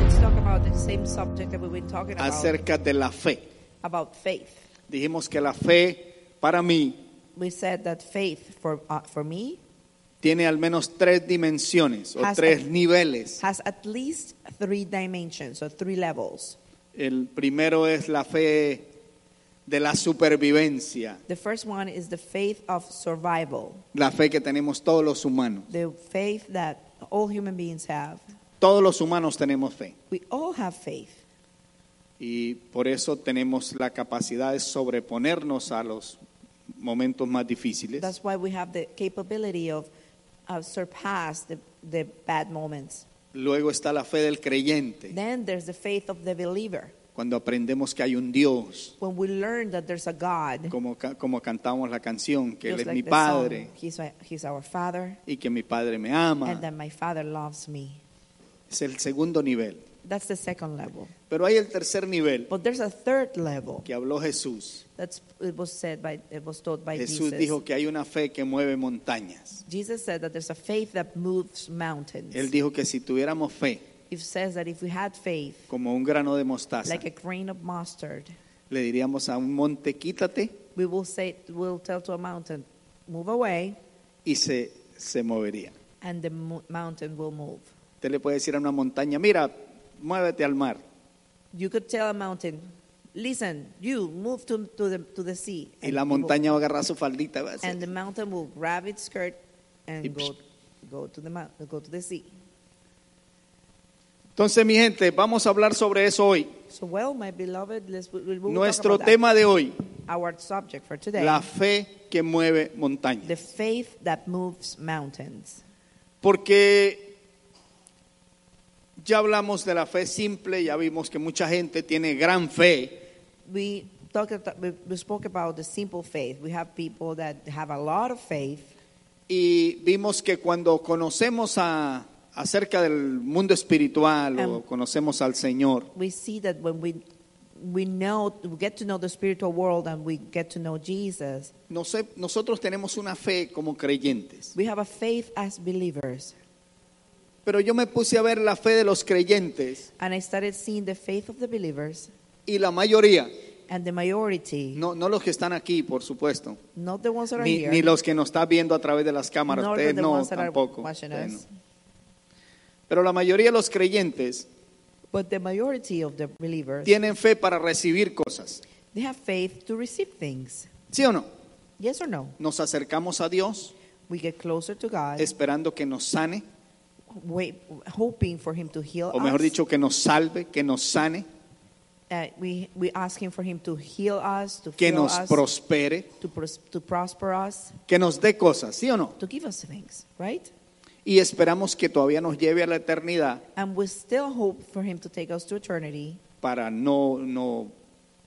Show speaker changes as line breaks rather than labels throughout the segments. Let's talk about the same subject that we've been talking about
acerca de la fe.
about faith.
Dijimos que la fe para mí
We said that faith for uh, for me
tiene al menos tres dimensiones o
Has-
tres niveles.
has at least three dimensions or three levels.
El primero es la fe de la supervivencia,
The first one is the faith of survival,
la fe que tenemos todos los humanos.
the faith that all human beings have.
Todos los humanos tenemos fe
We all have faith,
y por eso tenemos la capacidad de sobreponernos a los momentos más difíciles.
That's why we have the capability of uh, surpass the, the bad moments.
Luego está la fe del creyente,
Then there's the faith of the believer.
cuando aprendemos que hay un Dios,
When we learn that there's a God,
como, ca- como cantamos la canción, que Él
just
es
like
mi
the song,
Padre
he's, my- he's our Father,
y que mi Padre me ama.
and that my Father loves me.
Es el segundo nivel.
That's the second level.
Pero hay el tercer nivel
But there's a third level
que habló Jesús.
that's it was said by it was taught by
Jesús
Jesus.
dijo que hay una fe que mueve montañas.
Jesus said that there's a faith that moves mountains.
Él dijo que si tuviéramos fe
He says that if we had faith,
como un grano de mostaza,
like a grain of mustard,
le diríamos a un monte, quítate,
we will say we'll tell to a mountain, move away,
y se, se movería.
and the mo- mountain will move.
Usted le puede decir a una montaña, mira, muévete al mar,
You could tell a mountain, listen, you move to, to the to the sea,
y la
it will-
montaña va a agarrar su faldita. va a hacer.
and the mountain will grab its skirt and
Y
go go to the mount, go to the sea.
Entonces, mi gente, vamos a hablar sobre eso hoy.
So well, my beloved, let's we, we will
Nuestro
talk about that.
tema de hoy,
our subject for today,
la fe que mueve montañas.
the faith that moves mountains.
Porque ya hablamos de la fe simple, ya vimos que mucha gente tiene gran fe,
We talked about, we we spoke about the simple faith. We have people that have a lot of faith,
y vimos que cuando conocemos a, acerca del mundo espiritual o
Am-
conocemos al Señor,
we see that when we we know we get to know the spiritual world and we get to know Jesus,
no sé, nosotros tenemos una fe como creyentes.
we have a faith as believers.
Pero yo me puse a ver la fe de los creyentes
And I started seeing the faith of the believers
y la mayoría,
and the majority,
no, no los que están aquí, por supuesto,
not the ones that are
ni,
here,
ni los que nos están viendo a través de las cámaras,
nor
ustedes
the
no,
ones that are
tampoco.
watching
ustedes
us,
no. Pero la mayoría de los creyentes
but the majority of the believers,
tienen fe para recibir cosas.
they have faith to receive things.
¿Sí o no?
Yes or no?
Nos acercamos a Dios
We get closer to God,
esperando que nos sane,
wait, hoping for Him to heal
o mejor
us.
dicho, que nos salve, que nos sane,
Uh, we we ask Him for Him to heal us, to
que
fill
nos
us,
prospere,
to pros- to prosper us,
que nos dé cosas, ¿sí o no?
to give us things, right?
Y esperamos que todavía nos lleve a la eternidad
And we still hope for Him to take us to eternity,
para no, no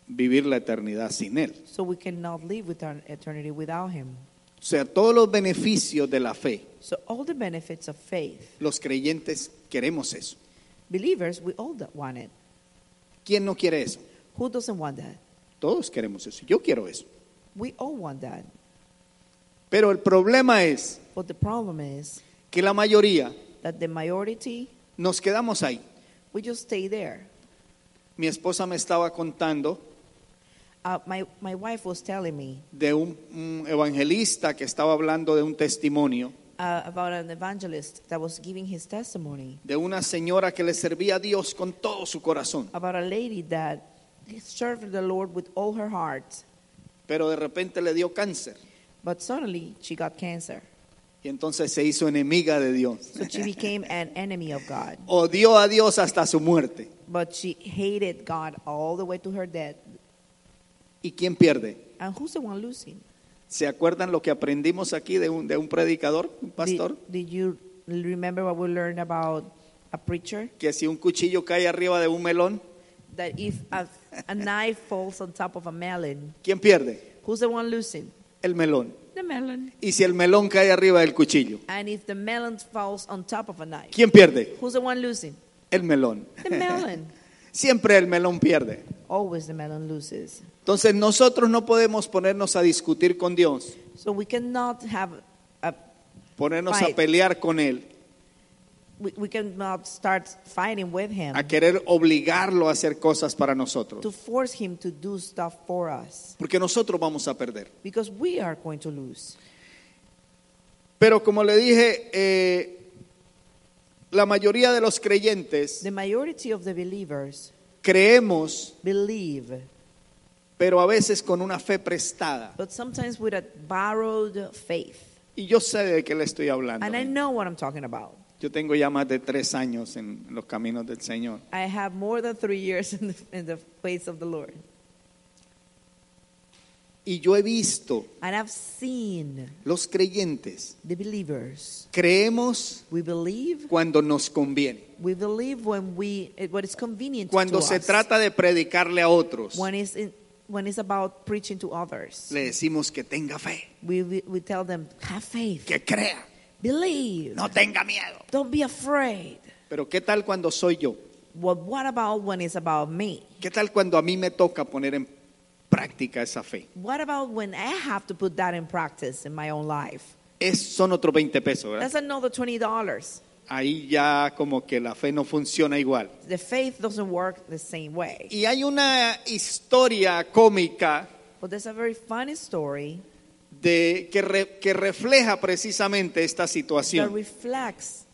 vivir la eternidad sin Él.
so we cannot live with our eternity without Him.
O sea, todos los beneficios de la fe,
So all the benefits of faith,
los creyentes queremos eso.
believers, we all that want it.
¿Quién no quiere eso?
Who doesn't want that?
Todos queremos eso. Yo quiero eso.
We all want that.
Pero el problema es
But the problem is
que la mayoría
that the majority,
nos quedamos ahí.
we just stay there.
Mi esposa me estaba contando
Uh, my, my wife was telling me
de un, un evangelista que estaba hablando de un testimonio
uh, about an evangelist that was giving his testimony
de una señora que le servía a Dios con todo su corazón,
about a lady that served the Lord with all her heart,
pero de repente le dio cáncer
but suddenly she got cancer.
y entonces se hizo enemiga de Dios.
So she became an enemy of God,
Odió a Dios hasta su muerte.
but she hated God all the way to her death.
¿Y quién pierde?
And who's the one losing?
¿Se acuerdan lo que aprendimos aquí de un, de un predicador, un
Did-
pastor?
Did, you remember what we learned about a preacher?
Que si un cuchillo cae arriba de un melón,
That if a, a knife falls on top of a melon,
¿quién pierde?
who's the one losing?
El melón.
The melon.
Y si el melón cae arriba del cuchillo,
And if the melon falls on top of a knife,
¿quién pierde?
who's the one losing?
El melón.
The melon.
Siempre el melón pierde.
Always the melon loses.
Entonces nosotros no podemos ponernos a discutir con Dios,
So we cannot have a
ponernos a
Fight.
pelear con Él,
we, we cannot start fighting with him
a querer obligarlo a hacer cosas para nosotros,
to force him to do stuff for us
porque nosotros vamos a perder.
because we are going to lose.
Pero como le dije, eh, la mayoría de los creyentes
The majority of the believers
creemos,
believe,
pero a veces con una fe prestada.
but sometimes with a borrowed faith.
Y yo sé de qué le estoy hablando.
And I know what I'm talking about.
Yo tengo ya más de tres años en los caminos del Señor.
I have more than three years in the, in the face of the Lord,
Y yo he visto
and I've seen
los creyentes
the believers.
creemos
We believe.
cuando nos conviene.
We believe when we eh, what is convenient
Cuando
to
se
us.
trata de predicarle a otros,
when it's in, when it's about preaching to others.
le decimos que tenga fe,
We, we, we tell them, have faith,
que crea,
believe,
no tenga miedo.
don't be afraid.
Pero ¿qué tal cuando soy yo?
Well, what about when it's about me?
¿Qué tal cuando a mí me toca poner en práctica esa fe?
What about when I have to put that in practice in my own life?
Es, son otros 20 pesos, ¿verdad?
That's another $20.
Ahí ya como que la fe no funciona igual.
The faith doesn't work the same way.
Y hay una historia cómica
But there's a very funny story
de, que, re- que refleja precisamente esta
that
situación.
reflects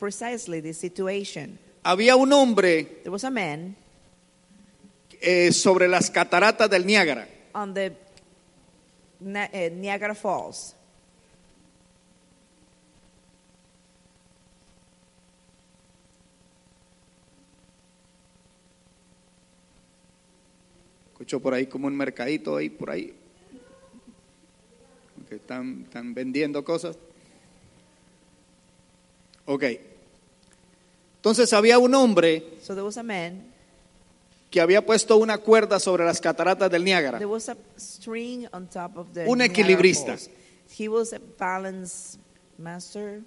precisely this situation.
Había un hombre
There was a man
eh, sobre las cataratas del Niágara
on the Ni- eh, Niagara Falls.
Escucho por ahí como un mercadito ahí, por ahí. Que están, están vendiendo cosas. Ok. Entonces había un hombre
So there was a man,
que había puesto una cuerda sobre las cataratas del Niágara.
there was a string on top of the
Un
Niagara
equilibrista.
Falls. He was a balance master.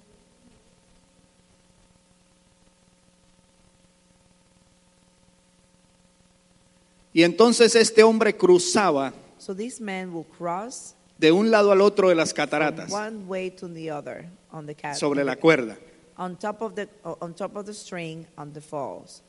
Y entonces este hombre cruzaba
So this man will cross
de un lado al otro de las
from
cataratas
one way to the other on the cat
sobre la cuerda.
on top of the on top of the string on the falls.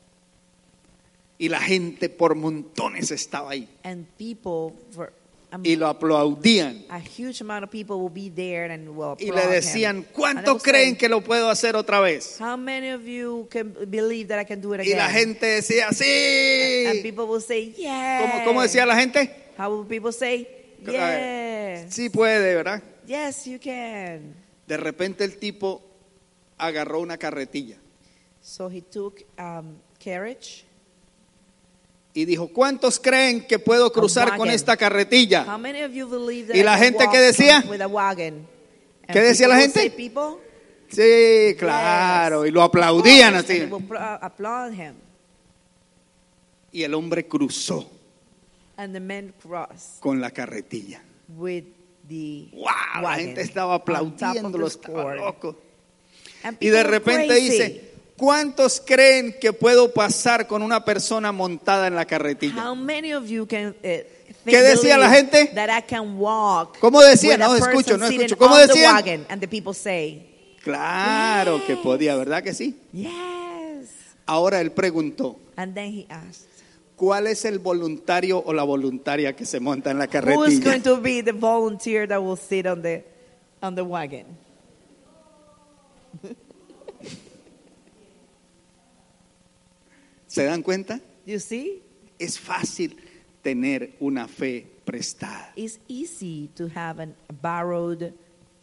Y la gente por montones estaba ahí.
And people for I
Y
mean,
lo aplaudían.
a huge amount of people will be there and will
Y
applaud
le
him.
decían,
And they
¿cuánto
will
creen
say,
que lo puedo hacer otra vez?
How many of you can believe that I can do it
Y
again?
la gente decía,
and
sí.
people will say, yeah.
¿Cómo, cómo decía la gente?
How will people say,
A ver.
yeah.
Sí puede, ¿verdad?
Yes, you can.
De repente el tipo agarró una carretilla
So he took um, carriage.
y dijo, ¿cuántos creen que puedo cruzar con
wagon.
esta carretilla?
How many of you believe that
¿Y
I
la
can
gente
walk
qué decía?
With a wagon? And
¿Qué decía
people
la
will
gente?
say, people,
Sí, claro.
yes.
Y lo aplaudían
Of course,
así.
and they will pro- applaud him.
Y el hombre cruzó
And the men cross
con la carretilla.
with the
¡Wow! La
wagon
gente estaba
on top of
aplaudiéndolo,
the
estaba
cord.
loco.
And
Y de
people were
repente
crazy.
dice, ¿cuántos creen que puedo pasar con una persona montada en la
How
carretilla?
many of you can eh, think-
¿Qué decía la
believe
gente?
That I can walk
¿Cómo decía?
with a
No, escucho,
person
no escucho.
sitting
¿Cómo
on the
decían?
wagon? And the people say,
Claro que podía, ¿verdad que sí?
yes.
Ahora él preguntó,
And then he asked,
¿cuál es el voluntario o la voluntaria que se monta en la
who is
carretilla?
going to be the volunteer that will sit on the on the wagon?
¿Se dan cuenta?
You see,
Es fácil tener una fe prestada.
it's easy to have an- a borrowed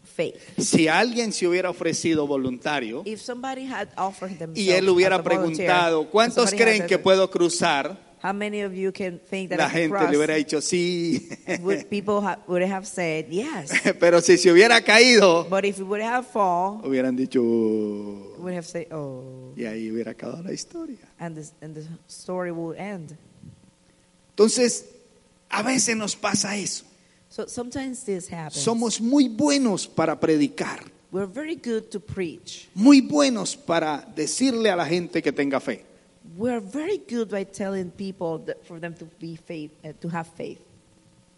faith.
Si alguien se hubiera ofrecido voluntario
If somebody had offered themselves
y él hubiera
as a volunteer,
preguntado,
if
¿cuántos
somebody had
creen que
said,
puedo cruzar?
How many of you can think that
La
I can
gente
cross?
le hubiera dicho sí.
would people ha- would have said yes?
Pero si se hubiera caído,
But if it would have fall,
hubieran dicho, "Oh",
would have said oh,
y ahí hubiera acabado la historia.
and the and the story would end.
Entonces, a veces nos pasa eso.
So sometimes this happens.
Somos muy buenos para predicar,
We're very good to preach.
muy buenos para decirle a la gente que tenga fe.
We're very good by telling people that for them to be faith, uh, to have faith.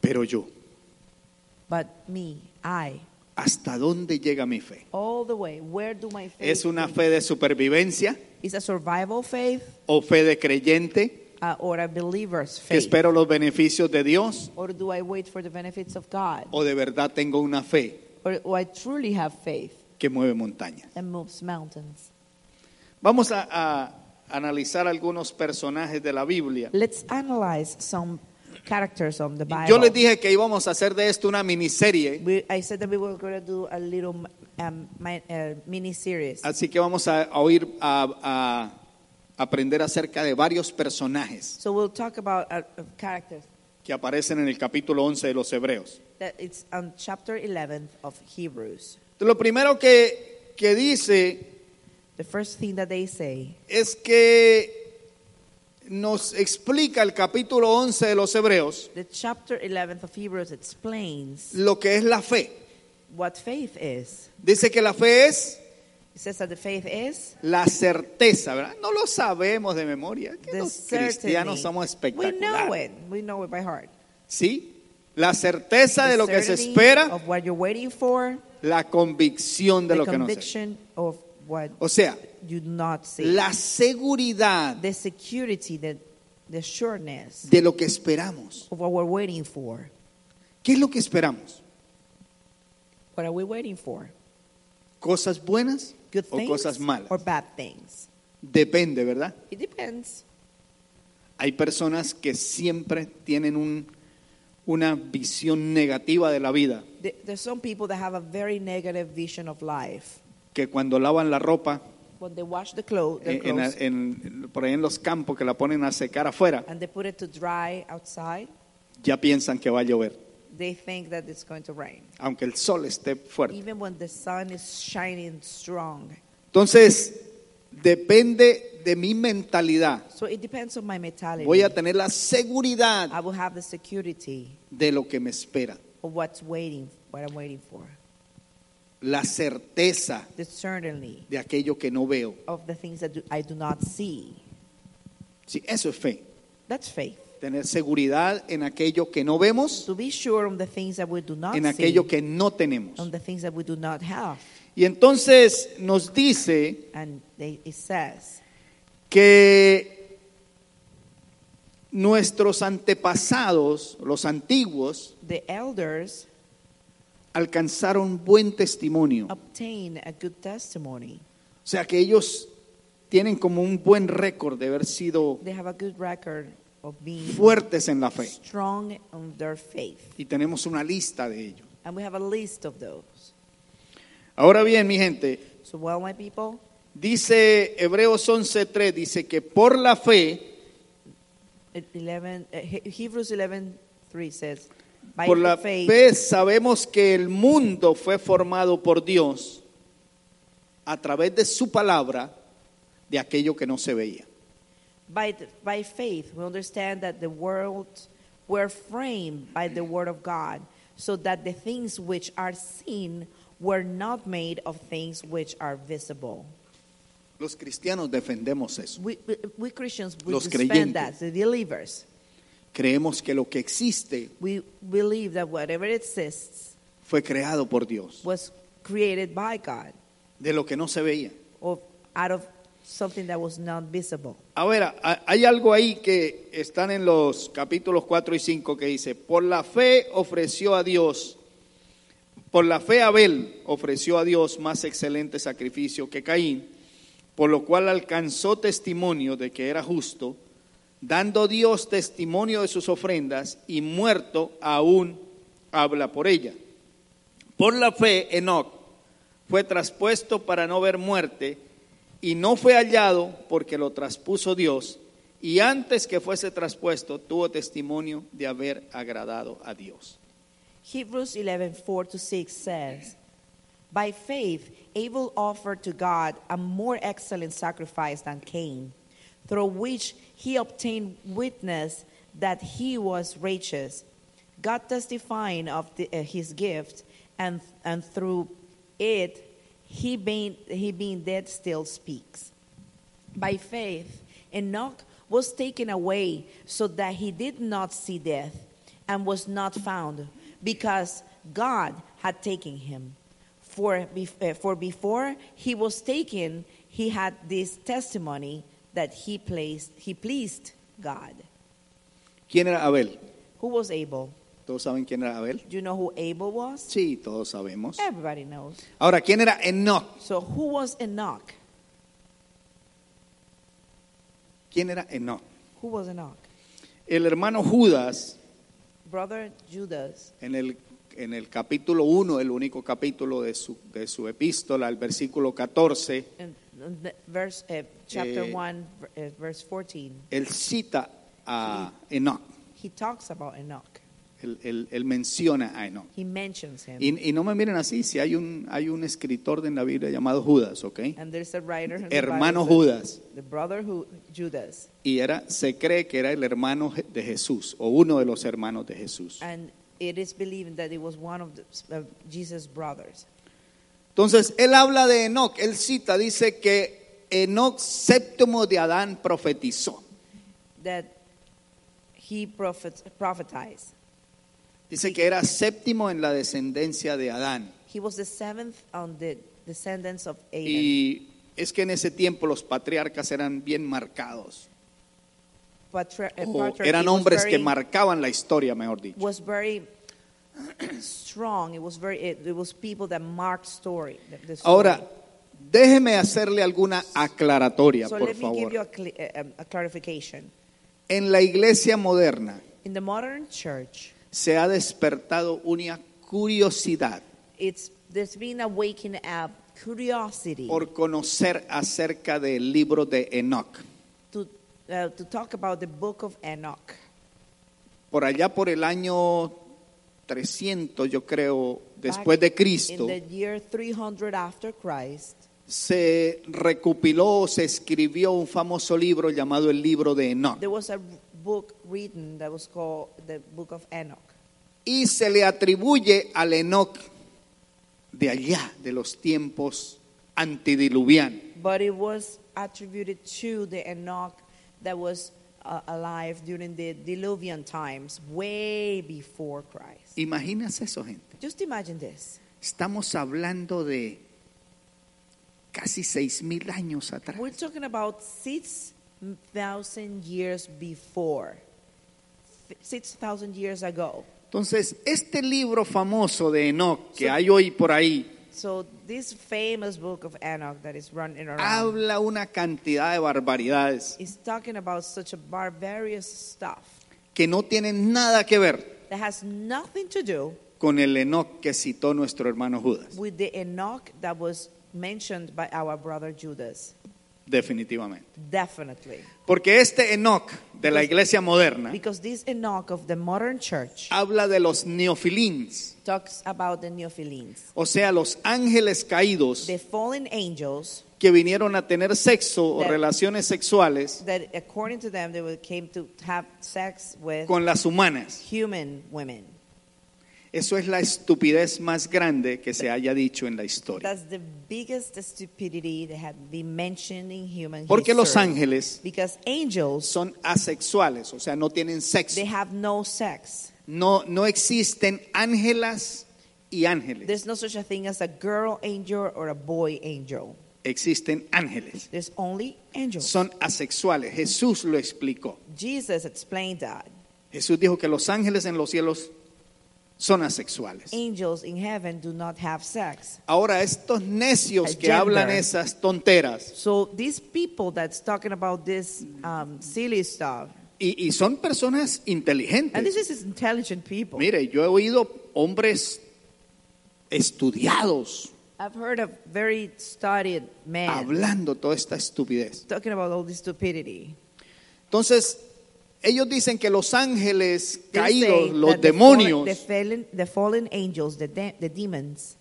Pero yo,
But me, I,
¿hasta dónde llega mi fe?
all the way. Where do my faith?
¿Es una
go?
fe de supervivencia
It's a survival faith
o fe de creyente
uh, or a believer's
que
faith?
espero los beneficios de Dios
Or do I wait for the benefits of God?
o de verdad tengo una fe
Or do I truly have faith
que mueve montañas?
and moves mountains?
Vamos a, a analizar algunos personajes de la Biblia.
Let's analyze some characters on the Bible.
Yo les dije que íbamos a hacer de esto una miniserie,
We, I said that we were going to do a little um, mi- uh, mini series.
así que vamos a, a oír a, a aprender acerca de varios personajes
So we'll talk about uh, uh, characters.
que aparecen en el capítulo 11 de los Hebreos.
That it's on chapter 11 of Hebrews.
Entonces, Lo primero que, que dice
The first thing that they say,
es que nos explica el capítulo 11 de los Hebreos
the chapter 11 of Hebrews explains
lo que es la fe.
what faith is.
Dice que la fe es
It says that the faith is
la certeza, ¿verdad? No lo sabemos de memoria. que
the
los
certainty.
cristianos somos
we know
espectaculares.
it. We know it by heart.
¿Sí? La certeza de
The
lo que se
certainty
espera,
Of what you're waiting for.
la convicción de
the
lo que no se.
conviction of what
O sea,
you do not see.
la seguridad
the security, the, the sureness
de lo que esperamos.
of what we're waiting for.
¿Qué es lo que esperamos?
What are we waiting for?
¿Cosas buenas
Good
o
things
cosas malas?
or bad things?
Depende, ¿verdad?
It depends.
Hay personas que siempre tienen un- una visión negativa de la vida,
There- There's some people that have a very negative vision of life.
que cuando lavan la ropa
When they wash the clothes, their
eh, en,
clothes
en- por ahí en los campos que la ponen a secar afuera,
and they put it to dry outside,
ya piensan que va a llover,
they think that it's going to rain.
aunque el sol esté fuerte.
Even when the sun is shining strong.
Entonces, depende de mi mentalidad.
So it depends on my mentality.
Voy a tener la
I
seguridad
will have the security
de lo que me espera,
of what's waiting, what I'm waiting for.
la certeza
The certainty
de aquello que no veo.
of the things that do, I do not see.
Sí, eso es fe.
That's faith.
Tener seguridad en aquello que no vemos,
To be sure on the things that we do not
en
see,
aquello que no tenemos.
on the things that we do not have.
Y entonces nos dice
And they, it says,
que nuestros antepasados, los antiguos,
the elders
alcanzaron buen testimonio.
obtain a good testimony.
O sea que ellos tienen como un buen récord de haber sido
They have a good record of being
fuertes en la fe.
strong on their faith.
Y tenemos una lista de ellos.
And we have a list of those.
Ahora bien, mi gente,
So, well, my people,
dice Hebreos 11.3, dice que por la fe,
it- 11, uh, He- Hebrews 11 3 says, By
por la
faith,
fe sabemos que el mundo fue formado por Dios a través de su palabra de aquello que no se veía.
by, the, by faith, we understand that the world were framed by the word of God, so that the things which are seen were not made of things which are visible.
Los cristianos defendemos eso.
We, we, we Christians, we
Los creyentes.
defend that, the believers.
Creemos que lo que existe
We believe that whatever exists
fue creado por Dios,
was created by God
de lo que no se veía.
or out of something that was not visible.
A ver, a- hay algo ahí que están en los capítulos 4 y 5 que dice, por la fe ofreció a Dios, por la fe Abel ofreció a Dios más excelente sacrificio que Caín, por lo cual alcanzó testimonio de que era justo, dando Dios testimonio de sus ofrendas y muerto aún habla por ella. Por la fe Enoch fue traspuesto para no ver muerte y no fue hallado porque lo traspuso Dios y antes que fuese traspuesto tuvo testimonio de haber agradado a Dios.
Hebrews 11, 4 to 6 says, By faith, Abel offered to God a more excellent sacrifice than Cain, through which he obtained witness that he was righteous, God testifying of the, uh, his gift, and, and through it, he being, he being dead still speaks. By faith, Enoch was taken away so that he did not see death and was not found because God had taken him. For, bef- uh, for before he was taken, he had this testimony that he, placed, he pleased God.
¿Quién era Abel?
Who was Abel?
¿Todos saben quién era Abel?
Do you know who Abel was?
Sí, todos sabemos.
Everybody knows.
Ahora, ¿quién era Enoch?
So who was Enoch?
¿Quién era Enoch?
Who was Enoch?
El hermano Judas,
Brother Judas.
en el, en el capítulo 1, el único capítulo de su, de su epístola, el versículo 14,
In, in the verse, uh, chapter
Eh.
1, ver- uh, verse 14,
él cita a Enoch.
he talks about Enoch.
Él, él- él menciona a Enoch.
He mentions him.
Y, y no me miren así, si hay un, hay un escritor en la Biblia llamado Judas, ¿ok?
And there's a writer. in the
Hermano
Bible,
Judas.
The brother who, Judas.
Y era, se cree que era el hermano de Jesús, o uno de los hermanos de Jesús.
And it is believed that it was one of the, of Jesus' brothers.
Entonces, él habla de Enoch, él cita, dice que Enoch, séptimo de Adán, profetizó.
That he prophet, prophesized.
Dice que era séptimo en la descendencia de Adán.
He was the seventh on the descendants of Adam.
Y es que en ese tiempo los patriarcas eran bien marcados.
Patri- uh,
o
patriarchy
oh, eran
was
hombres que
very-
marcaban la historia, mejor dicho.
was very strong. It was very. It, it was people that marked story. The, the story.
Ahora, déjeme hacerle alguna aclaratoria,
so
por
let me give you
favor.
a, cl- a, a clarification.
En la iglesia moderna
In the modern church,
se ha despertado una curiosidad
it's there's been a waking up curiosity
por conocer acerca del libro de Enoch.
to uh, to talk about the book of Enoch.
Por allá por el año 300, yo creo, después de
Back in
Cristo,
the year 300 after Christ,
se recopiló, se escribió un famoso libro llamado el libro de Enoch.
there was a book written that was called the book of Enoch.
Y se le atribuye al Enoch de allá, de los tiempos antidiluvianos.
but it was attributed to the Enoch that was uh, alive during the diluvian times, way before Christ.
Imagínense eso, gente.
Just imagine this.
Estamos hablando de casi seis mil años atrás.
We're talking about 6,000 years before, F- 6,000 years ago.
Entonces, este libro famoso de Enoch que hay hoy por ahí
So, this famous book of Enoch that is running around
habla una cantidad de barbaridades
is talking about such a barbarous stuff
que no tienen nada que ver
that has nothing to do
con el Enoch que citó nuestro hermano Judas,
with the Enoch that was mentioned by our brother Judas.
definitivamente.
Definitely.
Porque este Enoch de la iglesia moderna
Because this Enoch of the modern church
habla de los neofilins,
talks about the Neophilims,
o sea, los ángeles caídos
the fallen angels
que vinieron a tener sexo o
That-
relaciones sexuales
that, according to them, they were- came to have sex with
con las humanas.
human women.
Eso es la estupidez más grande que se haya dicho en la historia.
That's the biggest stupidity that had been mentioned in human
Porque
history.
los ángeles
Because angels,
son asexuales, o sea, no tienen sexo.
they have no sex.
No, no existen ángelas y ángeles.
There's no such a thing as a girl angel or a boy angel.
Existen ángeles.
There's only angels.
Son asexuales. Jesús lo explicó.
Jesus explained that.
Jesús dijo que los ángeles en los cielos son asexuales.
Angels in heaven do not have sex.
Ahora, estos necios que
Gender.
hablan esas tonteras,
So these people that's talking about this um, silly stuff,
y, y son personas
and this
inteligentes.
is intelligent people.
Mire, yo he oído hombres estudiados
I've heard of very studied men
hablando toda esta estupidez.
talking about all this stupidity.
Entonces, ellos dicen que los ángeles
They say
caídos, los
that the fallen-
demonios,
The fallen, the fallen angels, the, de- the demons,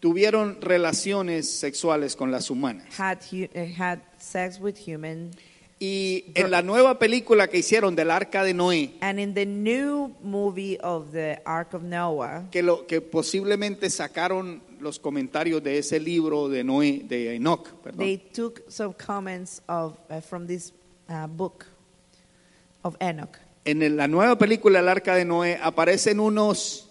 tuvieron relaciones sexuales con las humanas.
had, hu- eh, had sex with human.
Y en la nueva película que hicieron del arca de Noé,
And in the new movie of the Ark of Noah,
que, lo, que posiblemente sacaron los comentarios de ese libro de Noé, de Enoch, perdón.
they took some comments of, uh, from this uh, book of Enoch.
En el- la nueva película El Arca de Noé aparecen unos,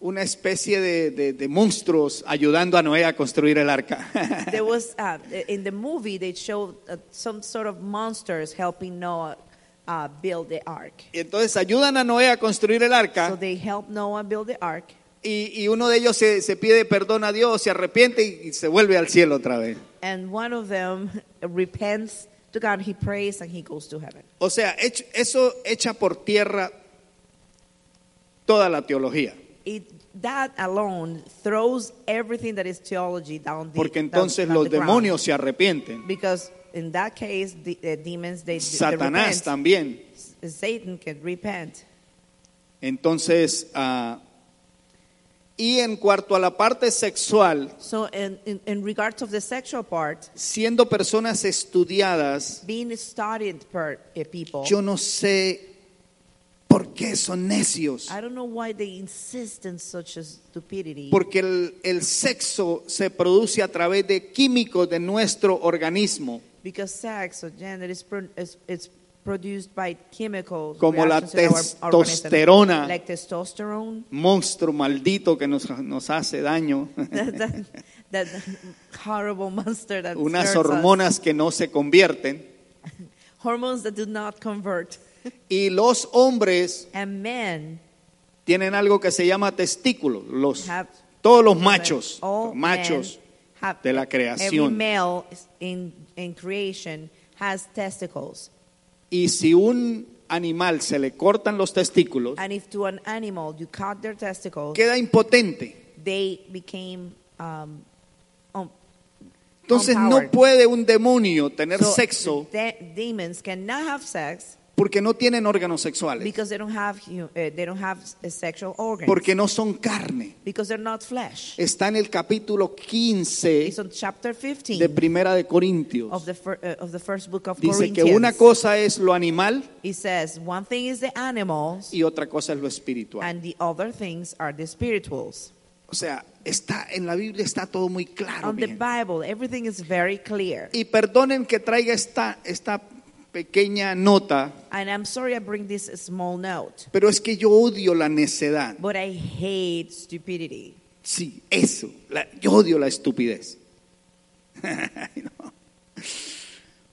una especie de, de- de monstruos ayudando a Noé a construir el arca.
There was uh, in the movie they showed uh, some sort of monsters helping Noah uh, build the ark.
Y Entonces ayudan a Noé a construir el
So
arca
they helped Noah build the ark,
y, y uno de ellos se, se pide perdón a Dios, se arrepiente y, y se vuelve al cielo otra vez.
and one of them repents to God. He prays and he goes to heaven.
O sea, hech- eso echa por tierra toda la teología.
It, that alone throws everything that is theology down the
Porque
down-
entonces
down
los
the ground.
demonios se arrepienten.
because in that case the, the demons they, they
Satanás
repent.
también.
Satan can repent.
Entonces, ah, y en cuanto a la parte sexual,
So in, in, in regards of the sexual part,
siendo personas estudiadas,
being studied per eh, people.
yo no sé por qué son necios.
I don't know why they insist on such a stupidity.
Porque el, el sexo se produce a través de químicos de nuestro organismo,
because sex or gender is, pro, is it's produced by chemicals.
Como la
reactions in our organism,
testosterona.
Like testosterone.
monstruo maldito que nos, nos hace daño,
that, that, that horrible monster that
unas
hurts us.
hormonas que no se convierten.
Hormones that do not convert.
Y los hombres
And men
tienen algo que se llama testículo, los,
have... Oh,
todos los machos,
all
machos
men have,
de la
Every
creación.
male in, in creation has testicles.
Y si un animal se le cortan los testículos,
And if to an animal you cut their testicles,
queda impotente.
they became um, um,
Entonces no
Empowered.
puede un demonio tener
so
sexo
de- demons cannot have sex
porque no tienen órganos sexuales,
because they don't have hu- uh, they don't have s- sexual organs
porque Eh, no son carne.
because they're not flesh.
Está en el capítulo
It's
15
on chapter 15
eh, de Primera de
of
Corintios.
the fir- uh, of the first book of
Dice que
Corinthians.
una cosa es lo animal
It says one thing is the animals
y otra cosa es lo espiritual.
and the other things are the spirituals.
O sea, está en la Biblia está todo muy claro.
On
mi
the
gente.
Bible, everything is very clear.
Y perdonen que traiga esta, esta pequeña nota,
And I'm sorry I bring this small note,
pero es que yo odio la necedad.
but I hate stupidity.
Sí, eso. la- yo odio la estupidez. Ay, no.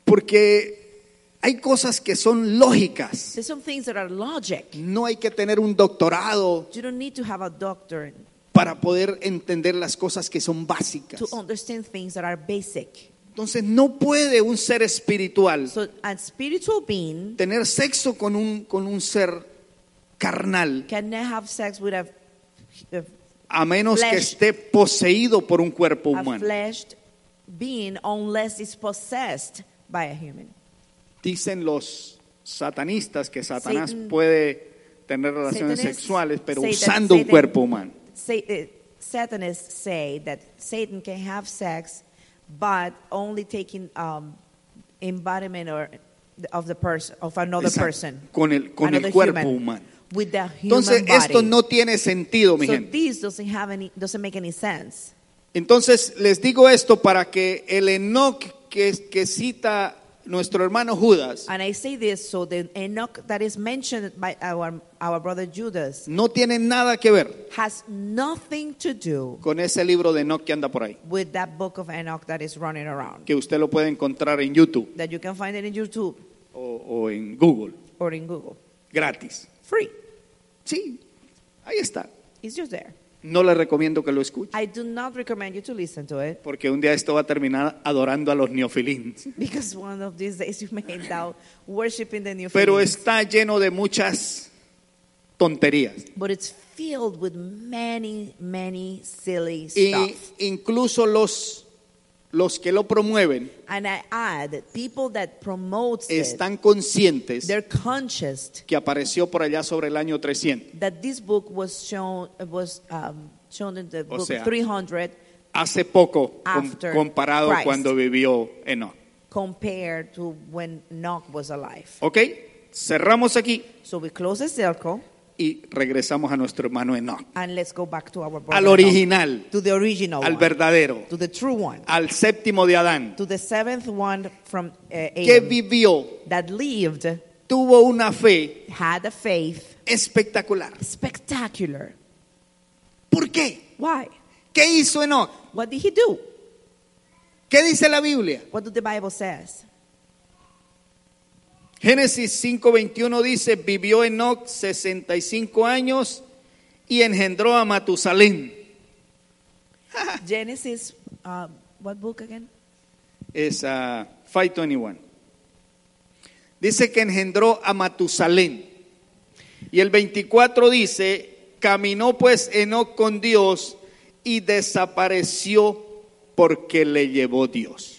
Porque hay cosas que son lógicas.
There's some things that are logic.
No hay que tener un doctorado
You don't need to have a doctrine
para poder entender las cosas que son básicas.
to understand things that are basic.
Entonces no puede un ser espiritual
So, a spiritual being
tener sexo con un, con un ser carnal
cannot have sex with a, a,
a menos que
Flesh.
esté poseído por un cuerpo
a
humano.
fleshed being unless it's possessed by a human.
Dicen los satanistas que Satanás
Satan-
puede tener relaciones
Satan is-
sexuales, pero
Satan-
usando un
Satan-
cuerpo humano.
Sa- uh, Satanists say that Satan can have sex, but only taking um, embodiment or of the person of another
Exacto.
person,
Con el, con el
another
cuerpo
human,
humano.
with the human
Entonces,
body.
esto no tiene sentido, mi
so
gente.
this doesn't have any doesn't make any sense.
Entonces, les digo esto para que el Enoch que, que cita nuestro hermano Judas
And I say this so the Enoch that is mentioned by our our brother Judas
no tiene nada que ver
has nothing to do
con ese libro de Enoch que anda por ahí,
with that book of Enoch that is running around.
que usted lo puede encontrar en YouTube
That you can find it in YouTube
o, o en Google,
or in Google.
gratis.
Free.
Sí, ahí está.
It's just there.
No le recomiendo que lo escuche,
I do not recommend you to listen to it
porque un día esto va a terminar adorando a los neofilins.
because one of these days you may end up worshiping the new
Pero
feelings.
está lleno de muchas tonterías.
but it's filled with many, many silly
Y
stuff.
incluso los los que lo promueven
And I add, people that promotes it,
están conscientes
they're conscious
que apareció por allá sobre el año 300.
that this book was shown was um, shown in the book
sea,
300
Hace poco com-
After
comparado
Christ.
cuando vivió Enoch.
compared to when Nock was alive.
¿Ok? Cerramos aquí
So we close the circle
y regresamos a nuestro hermano Enoch.
and let's go back to our brother
Al
Nock.
original,
to the original
al
one,
verdadero,
to the true one,
al séptimo de Adán,
to the seventh one from uh,
que
Adam
vivió,
that lived
tuvo una fe
had a faith
espectacular.
spectacular.
¿Por qué?
Why?
¿Qué hizo Enoch?
What did he do?
¿Qué dice la Biblia?
What do the Bible says?
Génesis 5:21 dice, vivió Enoch 65 años y engendró a Matusalén.
Genesis, um, what book again?
Es ah, 5:21. Dice que engendró a Matusalén. Y el 24 dice, caminó pues Enoch con Dios y desapareció porque le llevó Dios.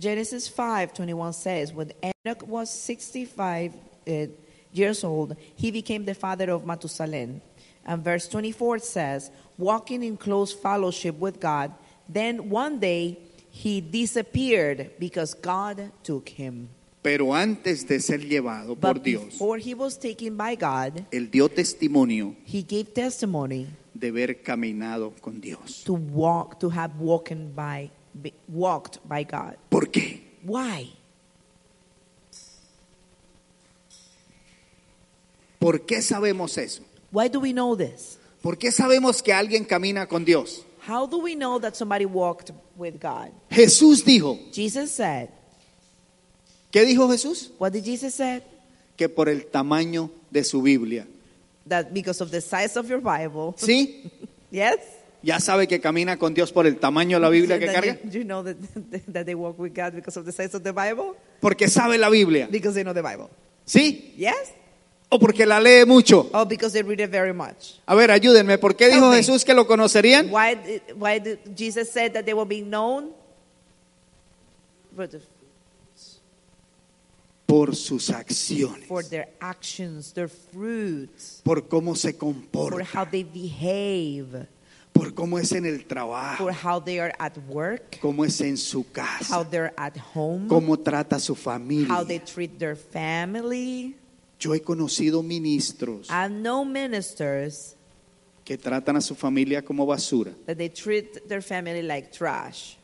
Genesis 5:21 says, "When Enoch was 65 uh, years old, he became the father of Matusalem." And verse 24 says, "Walking in close fellowship with God, then one day he disappeared because God took him."
Pero antes de ser llevado por
But
Dios,
before he was taken by God,
él dio testimonio
he gave testimony
de haber caminado con Dios.
to walk to have walked by be- walked by God.
¿Por qué?
Why?
¿Por qué sabemos eso?
Why do we know this?
¿Por qué sabemos que alguien camina con Dios?
How do we know that somebody walked with God?
Jesús dijo,
Jesus said,
¿qué dijo Jesús?
what did Jesus said?
Que por el tamaño de su Biblia.
That because of the size of your Bible,
¿Sí?
yes,
Ya sabe que camina con Dios por el tamaño de la Biblia que
that
carga.
you, you know that, that they walk with God because of the size of the Bible,
Porque sabe la Biblia.
because they know the Bible,
¿Sí?
yes,
O porque la lee mucho.
or because they read it very much.
A ver, ayúdenme. ¿Por qué dijo
Help me.
Jesús que lo conocerían?
Why? did- Why did Jesus said that they will be known? But
Por sus acciones.
for their actions, their fruits,
Por cómo se
for
comporta.
how they behave,
Por cómo es en el
for
trabajo.
how they are at work,
Cómo es en su
how
casa.
they're at home,
Cómo trata a su
how
familia.
they treat their family.
Yo he conocido ministros
I know ministers
que tratan a su familia como basura
that they treat their family like trash.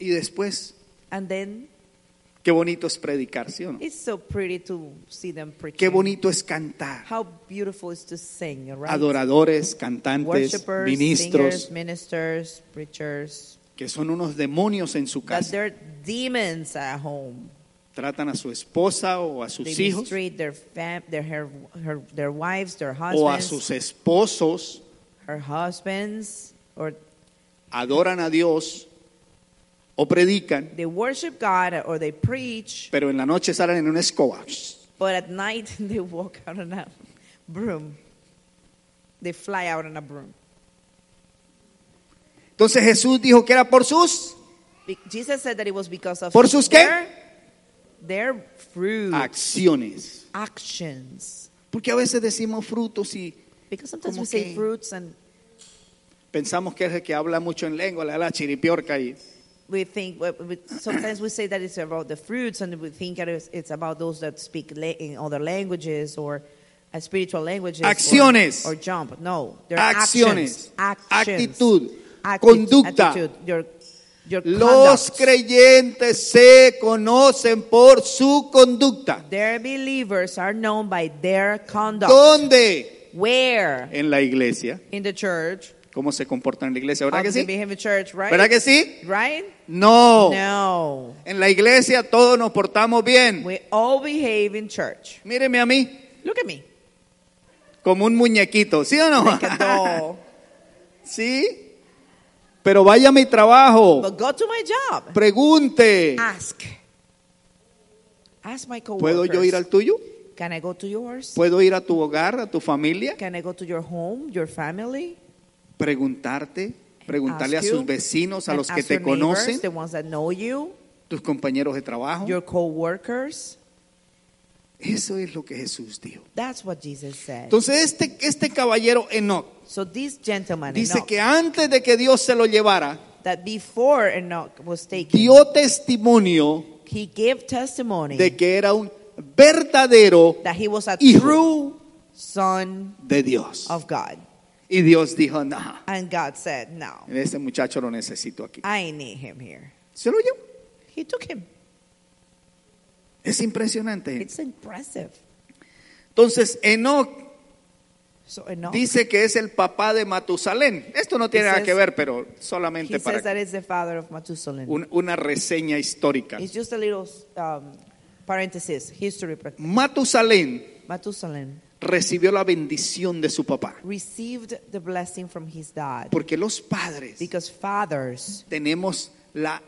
y después
And then
qué bonito es predicar, ¿sí o no?
it's so pretty to see them preaching.
Qué bonito es cantar.
How beautiful is to sing, right?
Adoradores, cantantes,
Worshippers, singers,
ministros,
ministers, preachers.
que son unos demonios en su
That
casa.
they're demons at home.
Tratan a su esposa o a sus
They
hijos
mistreat their, fam- their, her, her, their wives, their
o a
husbands,
sus esposos,
her husbands, or
adoran a Dios o predican,
they worship God or they preach,
pero en la noche salen en una escoba.
but at night they walk out on a broom. They fly out on a broom.
Entonces Jesús dijo que era por sus
Be- Jesus said that it was because of
¿Por sus qué?
their, their fruit
acciones.
actions.
Porque a veces decimos frutos y
Because sometimes
¿Cómo
we say
qué?
fruits and
Pensamos que es el que habla mucho en lengua, le da la chiripiorca y
we think but we- sometimes we say that it's about the fruits and we think that it's, it's about those that speak la- in other languages or uh, spiritual languages or-
Acciones.
or, jump no they're
Acciones.
actions. Actions.
Actitud.
Acti-
Conducta.
attitude, your, your
los
conduct.
creyentes se conocen por su conducta.
their believers are known by their conduct
¿Dónde?
where
En la iglesia.
in the church
¿Cómo se comportan en la iglesia? ¿Verdad
How
que
do they
sí?
behave in church right
¿Verdad que sí?
right
No.
no
En la iglesia todos nos portamos bien.
we all behave in church
Míreme a mí
look at me
como un muñequito, ¿sí o no?
like a doll
Sí. Pero vaya a mi trabajo,
but go to my job
pregunte,
Ask. Ask my coworkers.
¿puedo yo ir al tuyo?
Can I go to yours?
¿Puedo ir a tu hogar, a tu familia?
Can I go to your home, your family?
Preguntarte Preguntarle a
ask
sus
you
vecinos, a
and
los que
ask
te
your neighbors,
conocen,
the ones that know you,
tus compañeros de trabajo.
your co-workers.
Eso es lo que Jesús dijo.
That's what Jesus said.
Entonces este, este caballero Enoch
so this gentleman,
dice
Enoch,
que antes de que Dios se lo llevara,
that before Enoch was taken,
dio testimonio
he gave testimony
de que era un verdadero
that he was a true
hijo
son
de Dios.
of God.
Y Dios dijo, no,
And God said, no,
este muchacho lo necesito aquí.
I need him here.
Se lo llevó.
He took him.
Es impresionante. gente.
It's impressive.
Entonces, Enoch
So Enoch,
dice que es el papá de Matusalén. Esto no tiene
He
nada
says-
que ver, pero
he
solamente
says
para
that it's the father of Matusalem.
un- una reseña histórica.
It's just a little um, parenthesis, history. but
Matusalén
Matusalem
recibió la bendición de su papá,
received the blessing from his dad
porque los padres
because fathers,
tenemos la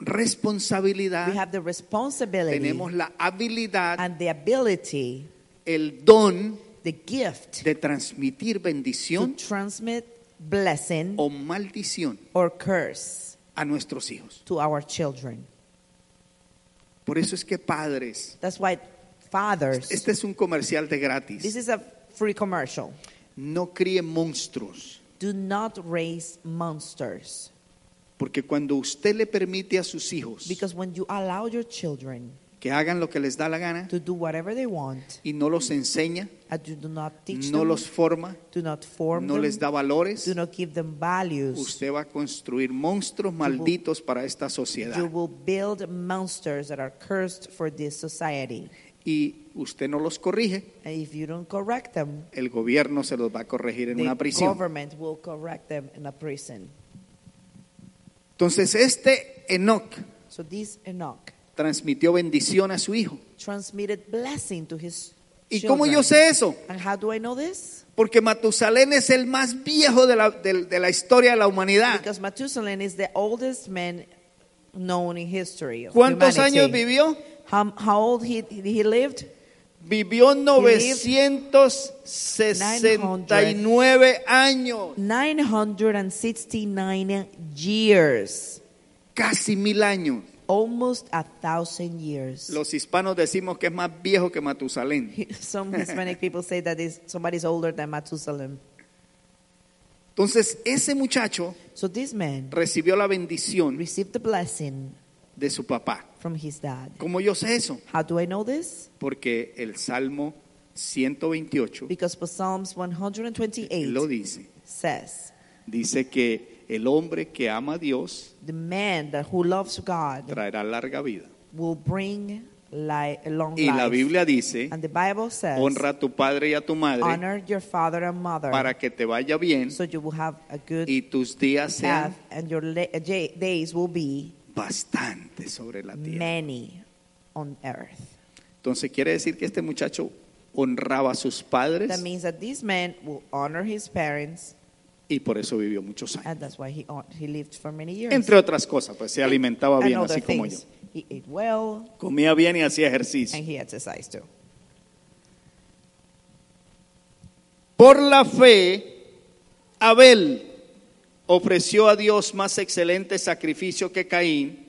we
responsabilidad,
have the responsibility
tenemos la habilidad,
and the ability,
el don
the gift
de transmitir
to
bendición
transmit blessing
o maldición
or curse
a nuestros hijos.
to our children.
Por eso es que padres,
That's why fathers,
este es un comercial de
this
gratis,
is a free commercial.
no críen monstruos.
Do not raise monsters
Porque cuando usted le permite a sus hijos
because when you allow your children
que hagan lo que les da la gana
to do whatever they want
y no los enseña,
and you do not teach
no
them,
los forma,
do not form
no
them,
les da valores,
do not give them values,
usted va a construir monstruos malditos para esta
you
sociedad.
will build monsters that are cursed for this society.
Y usted no los corrige,
And if you don't correct them,
el gobierno se los va a corregir en
the
una prisión.
government will correct them in a prison.
Entonces este Enoch
So this Enoch
transmitió bendición a su hijo.
transmitted blessing to his
¿Y
children.
cómo yo sé eso?
And how do I know this?
Porque Matusalén es el más viejo de la, de- de la historia de la humanidad.
Because Methuselah is the oldest man known in history. Of
¿Cuántos
humanity.
años vivió?
How, how old he, he lived?
Vivió
lived
969 años,
969 years.
casi mil años.
Almost a thousand years.
Los hispanos decimos que es más viejo que Matusalén.
Some Hispanic people say that is, somebody's older than Methuselah.
Entonces, ese muchacho
So this man
recibió la bendición
received the blessing
de su papá.
from his dad.
¿Cómo yo sé eso?
How do I know this?
Porque el Salmo 128
Because Psalms
lo
128
dice.
says,
Dice que el hombre que ama a Dios
"The man that who loves God
traerá larga vida.
will bring li long
Y la
life."
Biblia dice,
and the Bible says,
honra a tu padre y a tu madre
"Honor your father and mother,
para que te vaya bien
so you will have a good
y tus días sean
path, and your la- j- days will be
bastante sobre la tierra.
many on earth."
Entonces quiere decir que este muchacho honraba a sus
That
padres
means that this man will honor his parents,
y por eso vivió muchos años.
and that's why he hon- he lived for many years.
Entre otras cosas, pues se alimentaba
and
bien,
other
así como yo.
things. He ate well
Comía bien y hacía ejercicio.
and he exercised too.
Por la fe, Abel ofreció a Dios más excelente sacrificio que Caín,